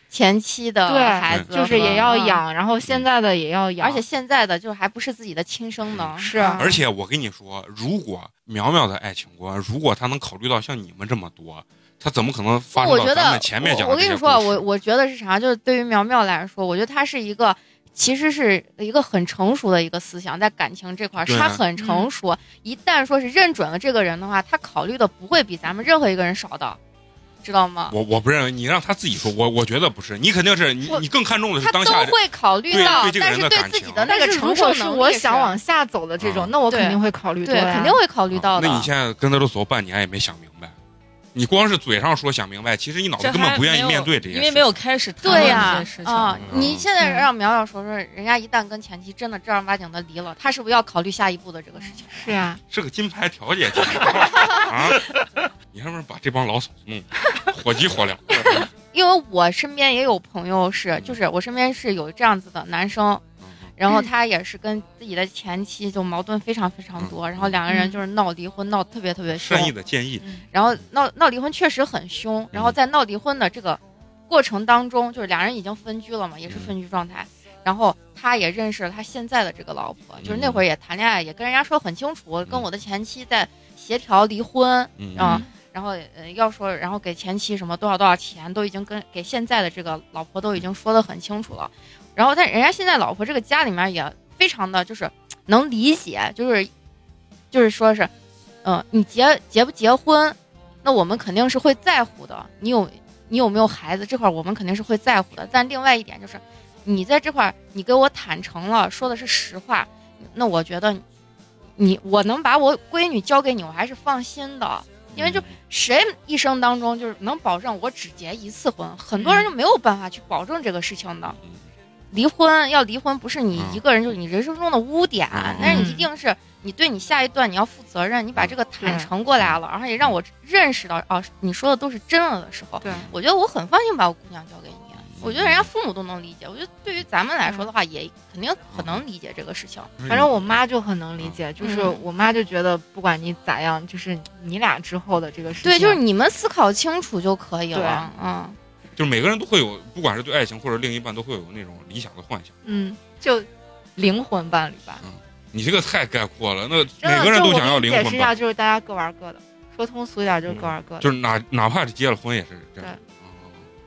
E: 前妻的
C: 对
E: 孩子，
C: 就是也要
E: 嗯，
C: 养，然后现在的也要养，
E: 而且现在的就是还不是自己的亲生的，
C: 是
E: 嗯
A: 而且我跟你说，如果苗苗的爱情观，如果她能考虑到像你们这么多，她怎么可能发
E: 我
A: 生到
E: 觉得
A: 咱们前面讲
E: 我，
A: 的
E: 我
A: 这
E: 跟
A: 些故事
E: 你说，啊我我觉得是啥？就是对于苗苗来说，我觉得她是一个，其实是一个很成熟的一个思想，在感情这块儿，
A: 对啊
E: 她
C: 嗯
E: 很成熟。一旦说是认准了这个人的话，她考虑的不会比咱们任何一个人少的，知道吗？
A: 我我不认为，你让她自己说，我我觉得不是，你肯定是你
E: 我
A: 你更看重的是
E: 她
A: 当
E: 都
A: 下这。
E: 会考虑到，
A: 对对这个
E: 但
A: 人的
E: 是对
A: 感
E: 自
A: 情啊
E: 己的
C: 但
E: 那个
C: 是
E: 承
C: 如
E: 受
C: 果是
E: 能力，
C: 我想往啊下走的这种，
A: 嗯
C: 那我肯
E: 对
C: 定会考虑
E: 对，
C: 多呀
E: 肯定会考虑到的。
A: 啊那你现在跟她都走半年也没想明白，你光是嘴上说想明白，其实你脑子
D: 这
A: 根本
D: 还
A: 不愿
D: 没
A: 意
D: 有
A: 面对这些。
D: 因为没有。开始谈
E: 对
D: 论
E: 呀
D: 这些事、情
E: 啊，
A: 嗯
E: 你现在
C: 嗯
E: 让苗苗说说，人家一旦跟前妻真的正儿八经的离了，她是不是要考虑下一步的这个事情？
C: 是呀、
A: 是个金牌调 [LAUGHS] 解机制啊！你要不然把这帮老嫂子弄 [LAUGHS] 火急火 [LAUGHS] 燎的。
E: 因为我身边也有朋友是，就是我身边是有这样子的男生，
A: 嗯
E: 然后他也是跟自己的前妻就矛盾非常非常多，
A: 嗯
E: 然后两个人就是闹离婚，闹得特别特别凶
A: 善，意的建议，
E: 然后闹闹离婚确实很凶，然后在闹离婚的这个过程当中，就是俩人已经分居了嘛，也是分居状态，然后他也认识了他现在的这个老婆，就是那会儿也谈恋爱，也跟人家说很清楚，跟我的前妻在协调离婚，
A: 嗯
E: 啊，然后呃要说，然后给前妻什么多少多少钱，都已经跟给现在的这个老婆都已经说的很清楚了。然后但人家现在老婆这个家里面也非常的就是能理解，就是就是说是，嗯、你结结不结婚，那我们肯定是会在乎的。你有你有没有孩子这块，我们肯定是会在乎的。但另外一点就是，你在这块儿你给我坦诚了，说的是实话，那我觉得你我能把我闺女交给你，我还是放心的。因为就谁一生当中就是能保证我只结一次婚，很多人就没有办法去保证这个事情的。
A: 嗯
E: 离婚要离婚不是你
A: 嗯
E: 一个人，就是你人生中的污点
A: 嗯，
E: 但是你一定是你对你下一段你要负责任，你把这个坦诚过来了，然后也让我认识到哦，你说的都是真了的时候，
C: 对
E: 我觉得我很放心把我姑娘交给你。我觉得人家父母都能理解，我觉得对于咱们来说的话，也肯定很能理解这个事情。
A: 嗯
C: 反正我妈就很能理解，就是
E: 嗯
C: 我妈就觉得不管你咋样，就是你俩之后的这个事情，
E: 对，就是你们思考清楚就可以了。嗯。
A: 就是每个人都会有，不管是对爱情或者另一半，都会有那种理想的幻想。
C: 嗯，就灵魂伴侣吧。
A: 你这个太概括了，那
C: 真的
A: 每个人
C: 就
A: 都
C: 我
A: 想要
C: 给
A: 灵
C: 你解
A: 魂
C: 释一
A: 吧，
C: 下，就是大
A: 嗯
C: 家各玩各的，说通俗一点就是各玩各的。
A: 就是哪哪怕是结了婚也是这样
C: 对。
A: 哦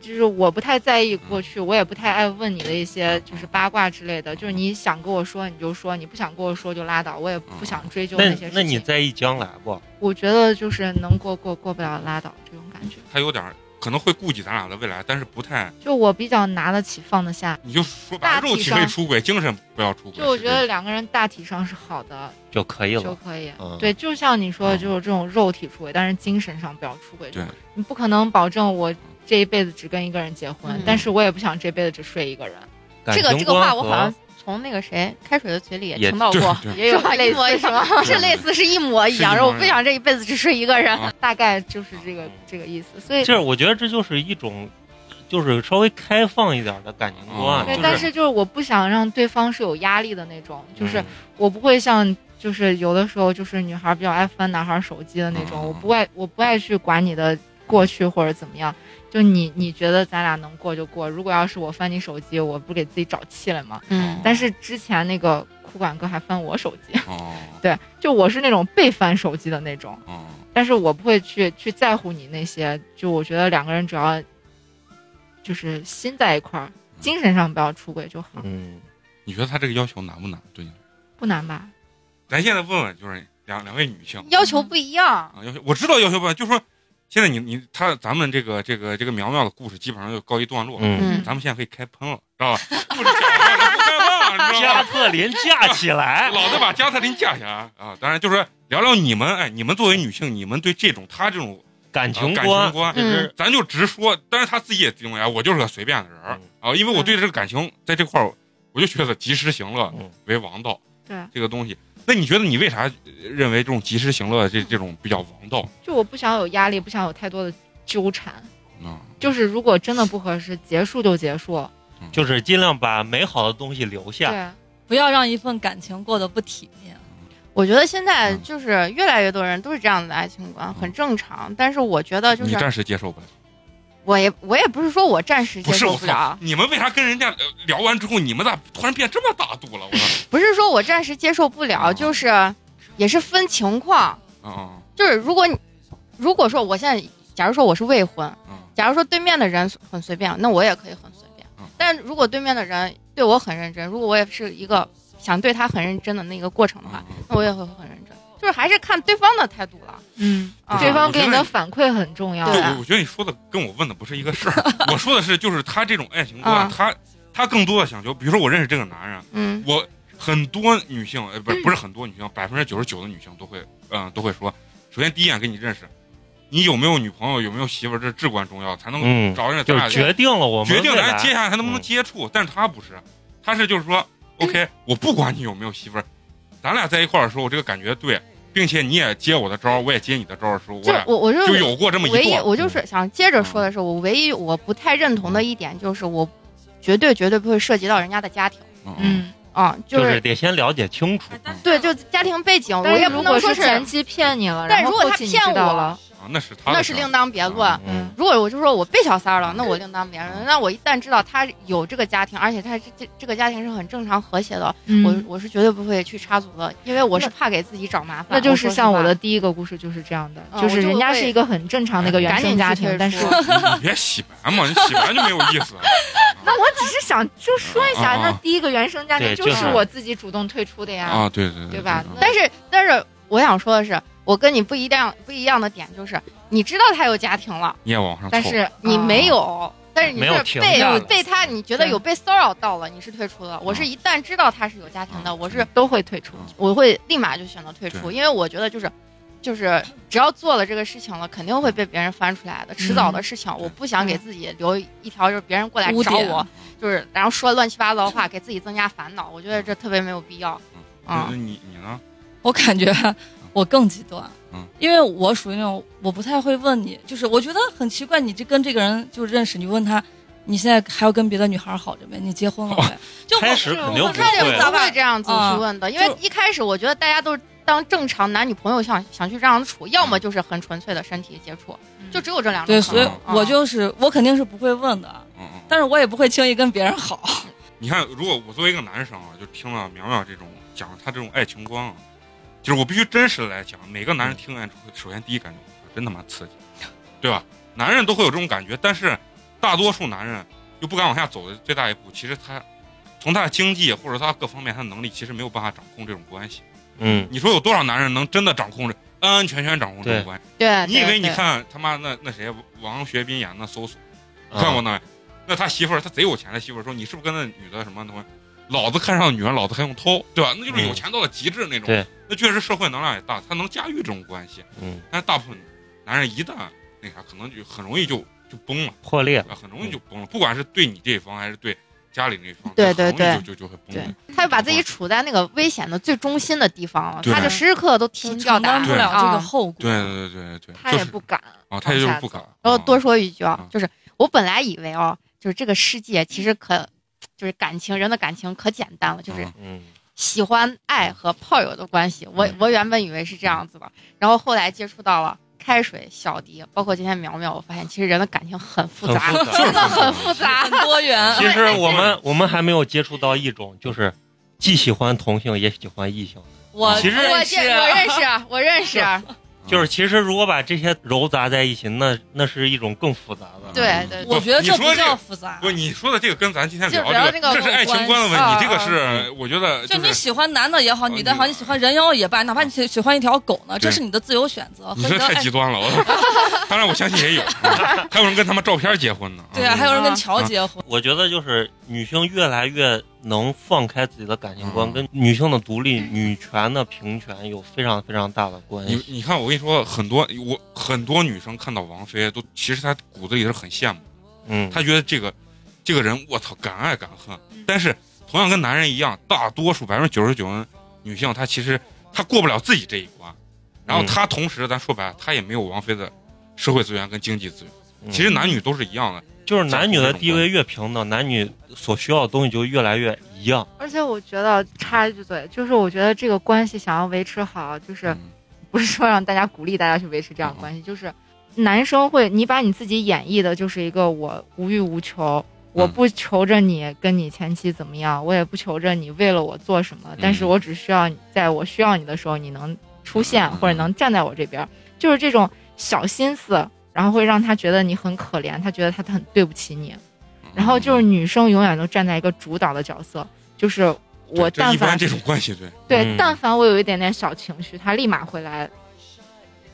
C: 就是我不太在意过去，我也不太爱问你的一
A: 嗯
C: 些就是八卦之类的。就是你想跟我说你就说，你不想跟我说就拉倒，我也不想追究
B: 那
C: 些事情。
B: 那你在意将来不？
C: 我觉得就是能过过过不了拉倒这种感觉。
A: 他有点儿可能会顾及咱俩的未来，但是不太，
C: 就我比较拿得起放得下，
A: 你就说白了，
C: 大体
A: 肉体可以
C: 上
A: 出轨，精神不要出轨。
C: 就我
A: 是
C: 觉
A: 这个
C: 得两个人大体上是好的
B: 就可以
C: 就
B: 了。
C: 可以。
B: 嗯，
C: 对，就像你说的，
A: 嗯
C: 就是这种肉体出轨，但是精神上不要出轨。
A: 对，
C: 你不可能保证我这一辈子只跟一个人结婚，
E: 嗯
C: 但是我也不想这辈子只睡一个人。
B: 嗯感
E: 这个
B: 情
E: 这个
B: 观
E: 话我好像
B: 和
E: 从那个谁开水的嘴里也
B: 也
E: 听到
A: 对 [LAUGHS]
E: 过，
A: 对
C: 也有
E: 是吧？
C: 类
E: 一模
C: 似
E: 一
C: 什么， [LAUGHS]
E: 样， [LAUGHS] 是类似，是一模一样。
A: 是一模一样
E: 然后我不想这一辈子只睡
A: [LAUGHS]
E: 一个人
A: 啊，
C: 大概就是这个这个意思。所以，
B: 这，我觉得这就是一种，就是稍微开放一点的感情观。
A: 嗯
C: 对，
B: 就
C: 但是就是我不想让对方是有压力的那种，就是
A: 嗯
C: 我不会像。就是有的时候，就是女孩比较爱翻男孩手机的那种，
A: 嗯
C: 我不爱，我不爱去管你的过去或者怎么样。就你你觉得咱俩能过就过，如果要是我翻你手机，我不给自己找气了吗？
E: 嗯，
C: 但是之前那个酷管哥还翻我手机， [LAUGHS]
A: 哦
C: 对，就我是那种被翻手机的那种，
A: 哦，
C: 但是我不会去去在乎你那些，就我觉得两个人只要就是心在一块儿，精神上不要出轨就好，
B: 嗯，
A: 你觉得他这个要求难不难？对你，
C: 不难吧？
A: 咱现在问问，就是两两位女性
E: 要求不一样。
A: 啊，要求我知道要求不难，就说现在你你他咱们这个这个这个苗苗的故事基本上就告一段落了，
B: 嗯，
E: 嗯
A: 咱们现在可以开喷了，知道吧？ [LAUGHS] 故事讲完了，不开放了，你知道
B: 加
A: 吧？
B: 特林架起来，
A: 老子把加特林架起来啊！当然就是说聊聊你们，哎，你们作为女性，你们对这种他这种
B: 哦感
A: 呃
B: 情
A: 感情观，
B: 这是
A: 咱就直说，但是他自己也认为，哎，我就是个随便的人儿啊，因为
E: 嗯
A: 我对这个感情在这块儿，我就觉得及时行乐
B: 嗯
A: 为王道
C: 对，
A: 这个东西。那你觉得你为啥呃认为这种及时行乐这这种比较王道
C: 就我不想有压力，不想有太多的纠缠，
A: 啊？
C: 就是如果真的不合适，结束就结束，
B: 就是尽量把美好的东西留下。
C: 对。
D: 不要让一份感情过得不体面。
E: 我觉得现在
A: 嗯
E: 就是越来越多人都是这样的爱情观，很正常。但是我觉得呃就
A: 你
E: 是，
A: 暂时接受不了，
E: 我也我也不是说我暂时接
A: 不是
E: 受
A: 我
E: 不
A: 操
E: 了，，
A: 你们为啥跟人家呃聊完之后，你们咋突然变这么大度了？我操
E: 不是说我暂时接受不了，
A: 嗯
E: 就是也是分情况。
A: 啊
E: 就是如果你如果说我现在，假如说我是未婚，
A: 啊啊！
E: 假如说对面的人很随便，那我也可以很随便
A: 嗯。
E: 但如果对面的人对我很认真，如果我也是一个想对他很认真的那个过
A: 啊
E: 程
A: 嗯
E: 的话，那我也会很认真。就是还是看对方的态度了。
C: 嗯，
E: 啊
C: 对方给你
A: 我觉得
C: 的
A: 你
C: 反馈很重要。
E: 对啊
A: 我我觉得你说的跟我问的不是一个事儿，
E: [LAUGHS]
A: 我说的是就是他这种爱情观，
E: 啊
A: 他他更多的想求，比如说我认识这个男人，
E: 嗯
A: 我很多女性，呃，不是不是很多女性，百分之九十九的女性都会，嗯、都会说，首先第一眼跟你认识，你有没有女朋友，有没有媳妇儿，这至关重要，才能
B: 嗯，
A: 找人
B: 就
A: 咱
B: 是
A: 俩
B: 决定了我们
A: 决定
B: 未
A: 咱
B: 来
A: 接下来还能不能
B: 嗯
A: 接触，但是他不是，他是就是说，OK，、我不管你有没有媳妇儿，咱俩在一块儿的时候，我这个感觉对，并且你也接我的招儿，我也接你的招儿的时候，我
E: 就是
A: 俩
E: 我我就
A: 就是有过这么一
E: 唯一
A: 段，嗯
E: 我就是想接着说的是，我唯一我不太认同的一点就是，我绝对绝对不会涉及到人家的家庭
A: 嗯嗯
C: 嗯，
E: 啊，就
B: 就是得先了解清楚。
E: 对，就家庭背景，我
C: 但是
E: 也
C: 如
E: 不能
C: 果
E: 说
C: 是前
E: 是，
C: 期骗你了，
E: 但
C: 然后
E: 如果
C: 后
E: 他
C: 期你
E: 骗
C: 知道
E: 我
C: 了，
A: 啊，那是他的
E: 那
A: 事
E: 是
A: 儿
E: 另当别论。
B: 嗯，
E: 如果我就说我被小三了，那我另当别论。那我一旦知道他有这个家庭，而且他这这这个家庭是很正常和谐的，
C: 嗯
E: 我我是绝对不会去插足的，因为我是怕给自己找麻烦。
C: 那就是像我
E: 我
C: 的
E: 说
C: 第一个故事就是这样的，
E: 嗯
C: 就是
E: 我就
C: 人家
E: 会
C: 是一个很正常的一个原
E: 赶紧
C: 生家
E: 去退
C: 庭，但
E: 出
C: 是
A: 你你别洗白嘛，你洗白就没有意思了。
C: 那我只是想就说一下，
A: 啊啊
C: 那第一个原生家庭
B: 对
C: 就是
B: 就是
C: 我自己主动退出的呀，
A: 啊，对对
C: 对吧？
A: 嗯
E: 实话，但是但是我想说的是，我跟你不一样不一样的点就是，你知道他有家庭了，
A: 你也往上凑，
C: 但是
E: 你没
C: 有，
E: 有，但是你
B: 没有
E: 是
B: 停
E: 被
B: 下来
E: 被他，你觉得
C: 对
E: 有被骚扰到了，你是退出的。我是一旦知道他是有家庭的，
A: 嗯
E: 我是
C: 都会退出。
E: 我会立马就选择退出，
A: 对
E: 因为我觉得就是。就是只要做了这个事情了，肯定会被别人翻出来的，迟早的事情。我不想给自己留一条，就是别人过来
D: 污
E: 找
D: 点
E: 我，就是然后说乱七八糟的话，给自己增加烦恼。我觉得这特别没有必要。
A: 那
E: 啊
A: 那你你呢？
D: 我感觉我更极端，
A: 嗯
D: 因为我属于那种我不太会问你，就是我觉得很奇怪，你这跟这个人就认识，你问他你现在还要跟别的女孩好着没？你结婚了没？就
A: 哦
D: 我
B: 开始肯定
C: 我
B: 不
E: 他也
D: 看见
B: 会
D: 咱
E: 不
D: 们
E: 会这样子
D: 啊
E: 去问的，因为
D: 就
E: 一开始我觉得大家都是当正常男女朋友想想去这样处，要么就是很纯粹的身体接触，
C: 嗯
E: 就只有这两
D: 嗯
E: 种
D: 对，
E: 可
D: 所
E: 能。
D: 以我
E: 啊
D: 就是我肯定是不会问的，
A: 嗯嗯。
D: 但是我也不会轻易跟别人好。
A: 你看，如果我作为一个男生啊，就听了苗苗这种讲他这种爱情观啊，就是我必须真实的来讲，每个男人
E: 嗯
A: 听完之后，首先第一感觉，真他妈刺激，对吧？男人都会有这种感觉，但是大多数男人又不敢往下走的最大一步，其实他从他的经济或者他各方面他的能力，其实没有办法掌控这种关系。
B: 嗯，
A: 你说有多少男人能真的掌控这安安全全掌控这种
B: 对
A: 关系？
E: 对，啊
A: 你以
E: 对
A: 为你
E: 对
A: 看他妈那那谁王学兵演那搜索，
B: 啊
A: 嗯看过那？那他媳妇儿他贼有钱，他媳妇儿说你是不是跟那女的什么东西？老子看上女人，老子还用偷，对吧？那就是有钱到了极致那种。
B: 对，
A: 那确实社会能量也大，他能驾驭这种关系。
B: 嗯，
A: 但是大部分男人一旦那啥，可能就很容易就就崩了。
B: 破裂了，
A: 啊，很容易就崩了，不管是对你这一方还是对家里那一方，
E: 对
A: 很
E: 对
A: 容易
E: 对
A: 就就就会崩
E: 对
A: 的。，
E: 他就把自己处在那个危险的最中心的地方了，
A: 对
E: 他就时时刻刻都提心吊
D: 承
E: 胆，
D: 担不了这个
E: 啊
D: 后果。
A: 对对对对
E: 他
A: 对，就
E: 也
A: 是
E: 不敢。
A: 啊，他也就是不敢。
E: 然后
A: 啊
E: 多说一句啊
A: 嗯，
E: 就是我本来以为哦，就是这个世界其实可，就是感情，人的感情可简单了，就是
A: 嗯
B: 嗯，
E: 喜欢、爱和炮友的关系。
C: 嗯
E: 我我原本以为是这样子的，然后后来接触到了开水、小迪，包括今天苗苗，我发现其实人的感情很复
B: 很
E: 杂，
B: 复杂
E: 真的很复杂
D: 很。多元，
B: 其实我们我们还没有接触到一种，就是既喜欢同性也喜欢异性，
D: 我
B: 其实
E: 我
D: 认识
E: 见我
A: 啊
E: 认
C: 啊
E: 识，啊
C: [LAUGHS]
E: 我认识，
A: 嗯
B: 就是其实如果把这些揉杂在一起，那那是一种更复杂的。
E: 对对
A: 不
D: 我觉得
A: 你
D: 这
A: 说
D: 不
A: 这
D: 叫
A: 个
D: 复杂
A: 不，，你说的这个跟咱今天
E: 就
A: 聊
E: 聊
A: 这
E: 这
A: 个，
E: 个
A: 这是爱情观的问题，
E: 关系
A: 这个是
B: 啊
A: 我觉得
D: 就你
A: 是
D: 喜欢男的也好，
A: 呃
D: 女的也好，
A: 女
D: 你喜欢人妖也罢，哪怕你喜喜欢一条狗呢，
A: 对
D: 这是你的自由选择
A: 你
D: 和你
A: 这
D: 的
A: 太
D: 爱
A: 极。端了。我当然我相信也有，啊还有人跟他妈照片结婚呢。啊
D: 对啊，还有人跟乔
A: 啊
D: 结婚，
B: 我觉得就是女性越来越能放开自己的感情观，
A: 嗯
B: 跟女性的独立、女权的平权有非常非常大的关
A: 你
B: 系。
A: 你看，我跟你说，很多我很多女生看到王菲，都其实她骨子里是很羡慕。
B: 嗯，
A: 他觉得这个这个人，我操，敢爱敢恨
E: 嗯。
A: 但是同样跟男人一样，大多数百分之九十九的女性，她其实她过不了自己这一关。然后她同时，咱说白了，她也没有王菲的社会资源跟经济资源。
B: 嗯
A: 其实男女都是一样的，
B: 就是男女的地位越平等，男女所需要的东西就越来越一样。
C: 而且我觉得插一句嘴，就是我觉得这个关系想要维持好，就是
A: 嗯
C: 不是说让大家鼓励大家去维持这样的关系，就是男生会你把你自己演绎的就是一个我无欲无求，我
A: 嗯
C: 不求着你跟你前妻怎么样，我也不求着你为了我做什么，但是
A: 嗯
C: 我只需要你在我需要你的时候你能出现
A: 嗯
C: 或者能站在我这边儿，就是这种小心思，然后会让他觉得你很可怜，他觉得他很对不起你。
A: 嗯
C: 然后就是女生永远都站在一个主导的角色，就是
A: 对
C: 我
A: 这
C: 但
A: 一般
C: 凡
A: 这种关系，对，
C: 对
B: 嗯，
C: 但凡我有一点点小情绪，她立马会来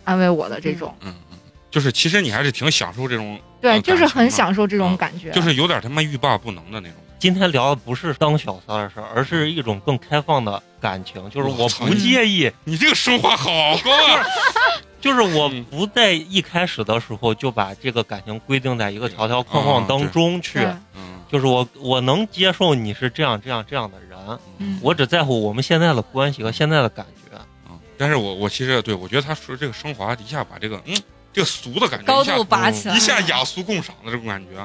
C: 安慰我的这种，
A: 嗯，嗯就是其实你还是挺享受这种，
C: 对，
A: 呃
C: 就是
A: 感
C: 很
A: 情嘛
C: 享受这
A: 嗯
C: 种感觉，
A: 就是有点他妈欲罢不能的那种。
B: 今天聊的不是当小三儿的事儿，而是一种更开放的感情，就是
A: 我
B: 我
A: 嗯操
B: 不介意，
A: 你这个升华好高啊！
B: 就是我
A: 嗯
B: 不在一开始的时候就把这个感情规定在一个条条框
A: 啊
B: 框当中去。
C: 对
A: 嗯
B: 就是我我能接受你是这样这样这样的人，
C: 嗯
B: 我只在乎我们现在的关系和现在的感觉。
A: 嗯，但是我我其实对我觉得他说这个升华一下把这个嗯这个俗的感觉
D: 高
A: 一下
D: 度啊拔
C: 嗯
D: 起来
A: 一。下雅俗共赏的这种感觉。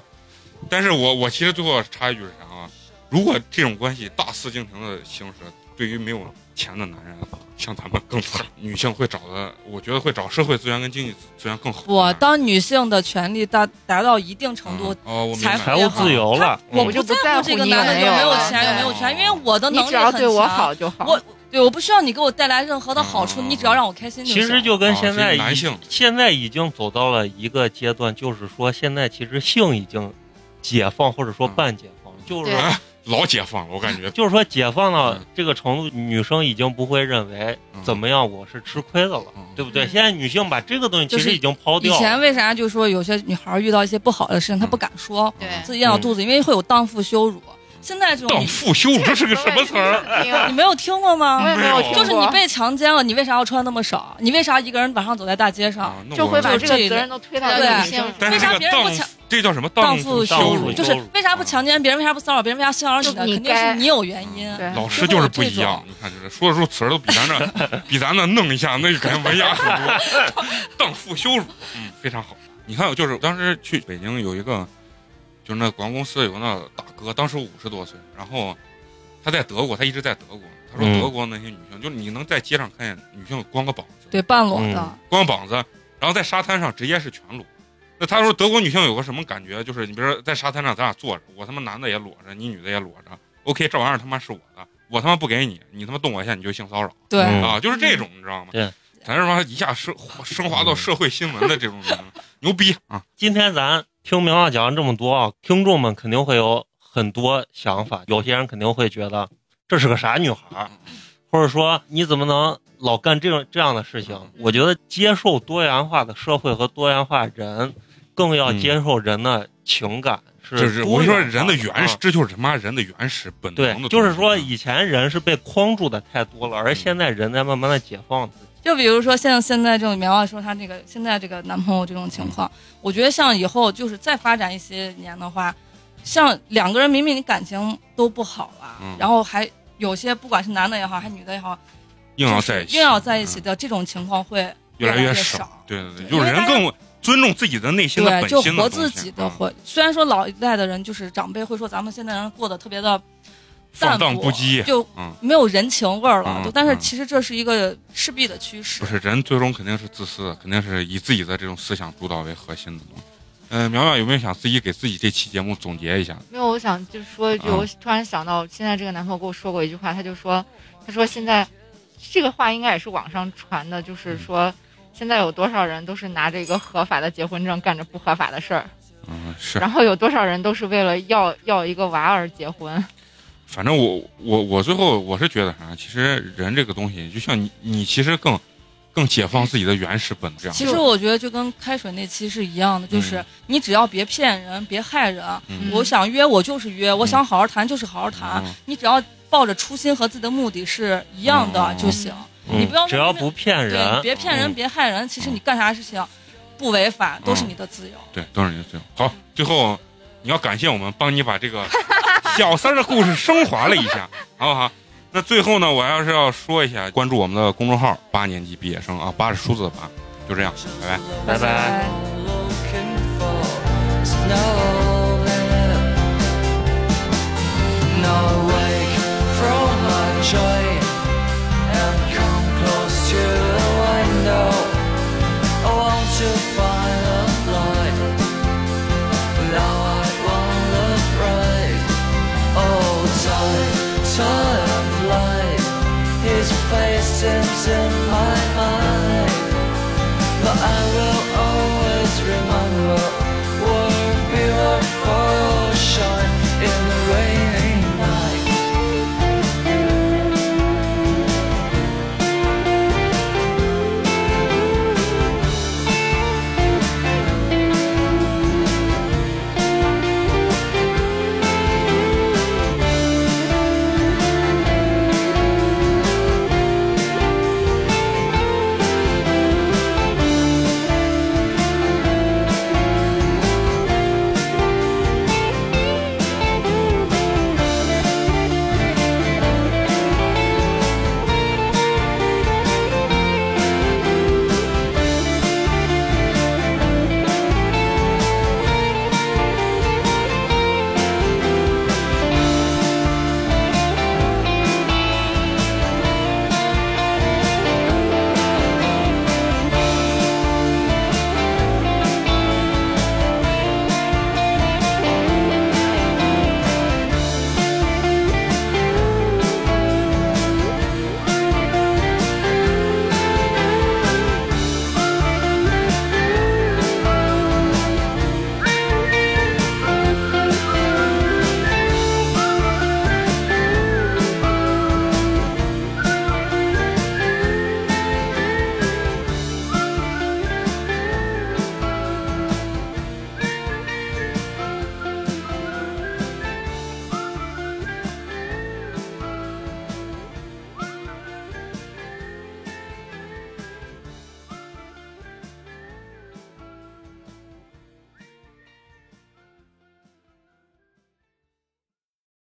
A: 但是我我其实最后插一句是啥啊？如果这种关系大肆进行的行使，对于没有钱的男人，啊像咱们更惨，女性会找的，我觉得会找社会资源跟经济资源更好的男
D: 我
A: 人。
D: 当女性的权利达达到一定程度
A: 嗯，哦，我明白
D: 财富
B: 财务自由了，
A: 嗯
D: 我
C: 我就不
D: 不
C: 在
D: 乎
C: 乎
D: 这个
C: 你
D: 男的
C: 有
D: 有
C: 没
D: 没
C: 有
D: 有
C: 钱
D: 钱有没有
A: 哦
D: 权，因为我的
C: 你
D: 能
C: 只
D: 力
C: 要
D: 很
C: 对我
D: 强。
C: 好就好。
D: 我对我不需要你给我带来任何的好处，
A: 嗯嗯
D: 你只要让我开心就
B: 其
D: 行。
B: 实就跟现
A: 哦
B: 在
A: 是
B: 已、
A: 男性
B: 现在已经走到了一个阶段，就是说现在其实性已经解放或者说
A: 嗯
B: 半解放，就是
E: 对
B: 说
A: 老解放了，我感觉
B: 就是说解放到
A: 嗯
B: 这个程度，女生已经不会认为怎么样我是吃亏的了，
A: 嗯
B: 对不对？
E: 嗯
B: 现在女性把这个东西其
D: 就
B: 实
D: 是
B: 已经抛
D: 以
B: 掉
D: 前
B: 了，
D: 为啥就说有些女孩遇到一些不好的事情，她不敢说，
E: 对，
D: 自己咽到肚子，因为会有荡妇羞辱。现在这种
A: 荡
D: 你
A: 妇羞辱，这
D: [LAUGHS]
C: [LAUGHS]
A: 是个什么词儿？
D: 你
C: 儿？嗯
D: 没有听过吗？
C: 我也没有啊听过，
D: 就是你被强奸了，你为啥要穿那么少？你为啥一个人晚上走在大街上？
A: 啊那
C: 就
A: 我
C: 会把
D: 就
C: 这
D: 这一
C: 个责
D: 类
C: 任都推到
E: 对
C: 女性身
A: 但
C: 上
A: 是这个
D: 为啥别人不
A: 荡
D: 强
A: 妇，这叫什么
D: 荡
A: 妇
D: 妇
A: 羞
D: 羞
B: 辱
D: 就是为啥不强奸别人，为啥不骚扰别人，为啥骚扰
C: 就
D: 你呢？
C: 你
D: 肯定
C: 该
D: 是你有原因。
C: 对，
A: 啊老师就是不一样，你看，就是说的时候词儿都比咱
D: [LAUGHS]
A: 这比咱那弄一下，那就感觉文雅很多。荡妇羞辱，嗯，非常好。你看，就是当时去北京有一个，就是那广告公司有个那大哥，当时五十多岁，然后他在德国，他一直在德国。他说
B: 嗯
A: 德国那些女性，就是你能在街上看见女性光个膀子，
D: 对，半裸
B: 嗯
D: 的，
A: 光膀子，然后在沙滩上直接是全裸。那他说德国女性有个什么感觉？就是你比如说在沙滩上咱俩坐着，我他妈男的也裸着，你女的也裸着，OK，这玩意儿他妈是我的，我他妈不给你，你他妈动我一下你就性骚扰、
D: 对，
B: 嗯
A: 啊，就是这种，你知道吗？
B: 对，嗯 [LAUGHS]
A: 咱这玩意儿一下升升华到社会新闻的这种人，牛逼啊！
B: 今天咱听苗苗讲了这么多啊，听众们肯定会有很多想法，有些人肯定会觉得这是个啥女孩儿，或者说你怎么能老干这种这样的事情？
A: 嗯
B: 我觉得接受多元化的社会和多元化人，更要
A: 嗯
B: 接受人的情感。
A: 就是是
B: 多
A: 我跟你说，
B: 元
A: 人
B: 化
A: 的原始
B: 啊，
A: 这就是他妈人的原始本能
B: 对，
A: 的东西。嗯
B: 就是说以前人是被框住的太多了，而现在人在慢慢的解放自己。
D: 就比如说像现在这种苗苗说她这个现在这个男朋友这种情况，我觉得像以后就是再发展一些年的话，像两个人明明感情都不好了，
A: 嗯
D: 然后还有些不管是男的也好，还是女的也好，
A: 硬要
D: 就
A: 在
D: 是
A: 一起，
D: 硬要在一起
A: 嗯，
D: 的这种情况会
A: 越来
D: 越
A: 越
D: 少。
A: 对对对，
D: 对
A: 就是
D: 因为
A: 人
D: 大家
A: 更尊重自己的内心的
D: 对，
A: 本
D: 就
A: 心的
D: 活
A: 东
D: 自
A: 西
D: 己的
A: 嗯
D: 活。虽然说老一代的人就是长辈会说咱们现在人过得特别的
A: 放
D: 淡
A: 荡
D: 薄
A: 不羁。
D: 就
A: 嗯
D: 没有人情味儿了。
A: 嗯
D: 就但是
A: 嗯
D: 其实这是一个势必的趋势
A: 不。是人最终肯定是自私的，肯定是以自己的这种思想主导为核心的东西。嗯、苗苗有没有想自己给自己这期节目总结一下？
C: 没有，我想就说一句，
A: 嗯
C: 我突然想到，现在这个男朋友跟我说过一句话，他就说，他说现在这个话应该也是网上传的，就是说现在有多少人都是拿着一个合法的结婚证干着不合法的事儿，
A: 嗯，是，
C: 然后有多少人都是为了要要一个娃而结婚。
A: 反正我我我最后我是觉得啥，其实人这个东西，就像你你其实更更解放自己的原始本能这啊样。
D: 其实我觉得就跟开水那期是一样的，
B: 嗯
D: 就是你只要别骗人，别害人。
A: 嗯
D: 我想约我就是约，我
B: 嗯
D: 想好好谈就是好好谈。
B: 哦
A: 嗯
D: 你只要抱着初心和自己的目的是一样的
A: 嗯
D: 就行。
A: 嗯
D: 你不要
B: 只要不骗哦
D: 对，你
B: 人，哦
D: 别骗人，
A: 嗯
D: 别害人。其实你干啥事情不违法，都是你的自由。
A: 对，都是你的最后。好，最后你要感谢我们，帮你把这个小三儿的故事升华了一下，好不好？那最后呢，我要是要说一下，关注我们的公众号“八年级毕业生”啊，八是数字的八，就这样，拜拜。
B: 拜拜。
F: looking for snowland. Now awake from my joy